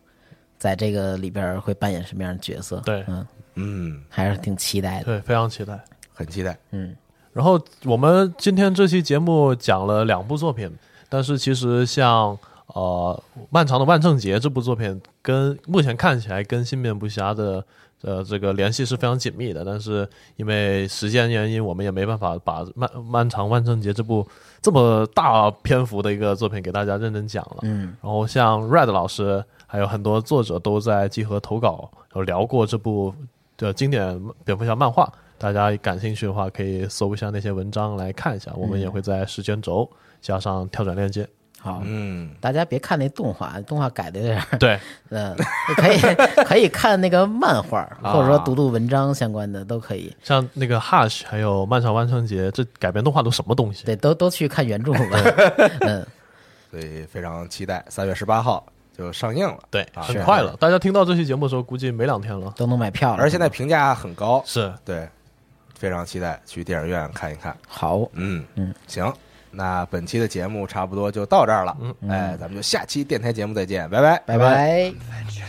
在这个里边会扮演什么样的角色？对嗯，嗯，还是挺期待的。对，非常期待。很期待，嗯然后我们今天这期节目讲了两部作品，但是其实像呃《漫长的万圣节》这部作品，跟目前看起来跟新蝙蝠侠的呃这个联系是非常紧密的，但是因为时间原因，我们也没办法把《漫漫长万圣节》这部这么大篇幅的一个作品给大家认真讲了。嗯然后像 Red 老师，还有很多作者都在集合投稿，有聊过这部的经典蝙蝠侠漫画。大家感兴趣的话，可以搜一下那些文章来看一下。我们也会在时间轴加上跳转链接。好，嗯，大家别看那动画，动画改的有点儿对， [LAUGHS] 嗯，可以可以看那个漫画，啊或者说读读文章相关的都可以。像那个 Hush，还有《漫长万圣节》，这改编动画都什么东西？对，都都去看原著吧。嗯，所以非常期待，三月十八号就上映了，对，啊很是啊快了。大家听到这期节目的时候，估计没两天了。都能买票了。而现在评价很高，是，对，非常期待去电影院看一看。好，嗯嗯，行，那本期的嗯节目差不多就到这儿了，嗯，哎，咱们就下期电台节目再见，拜拜，拜拜。 that you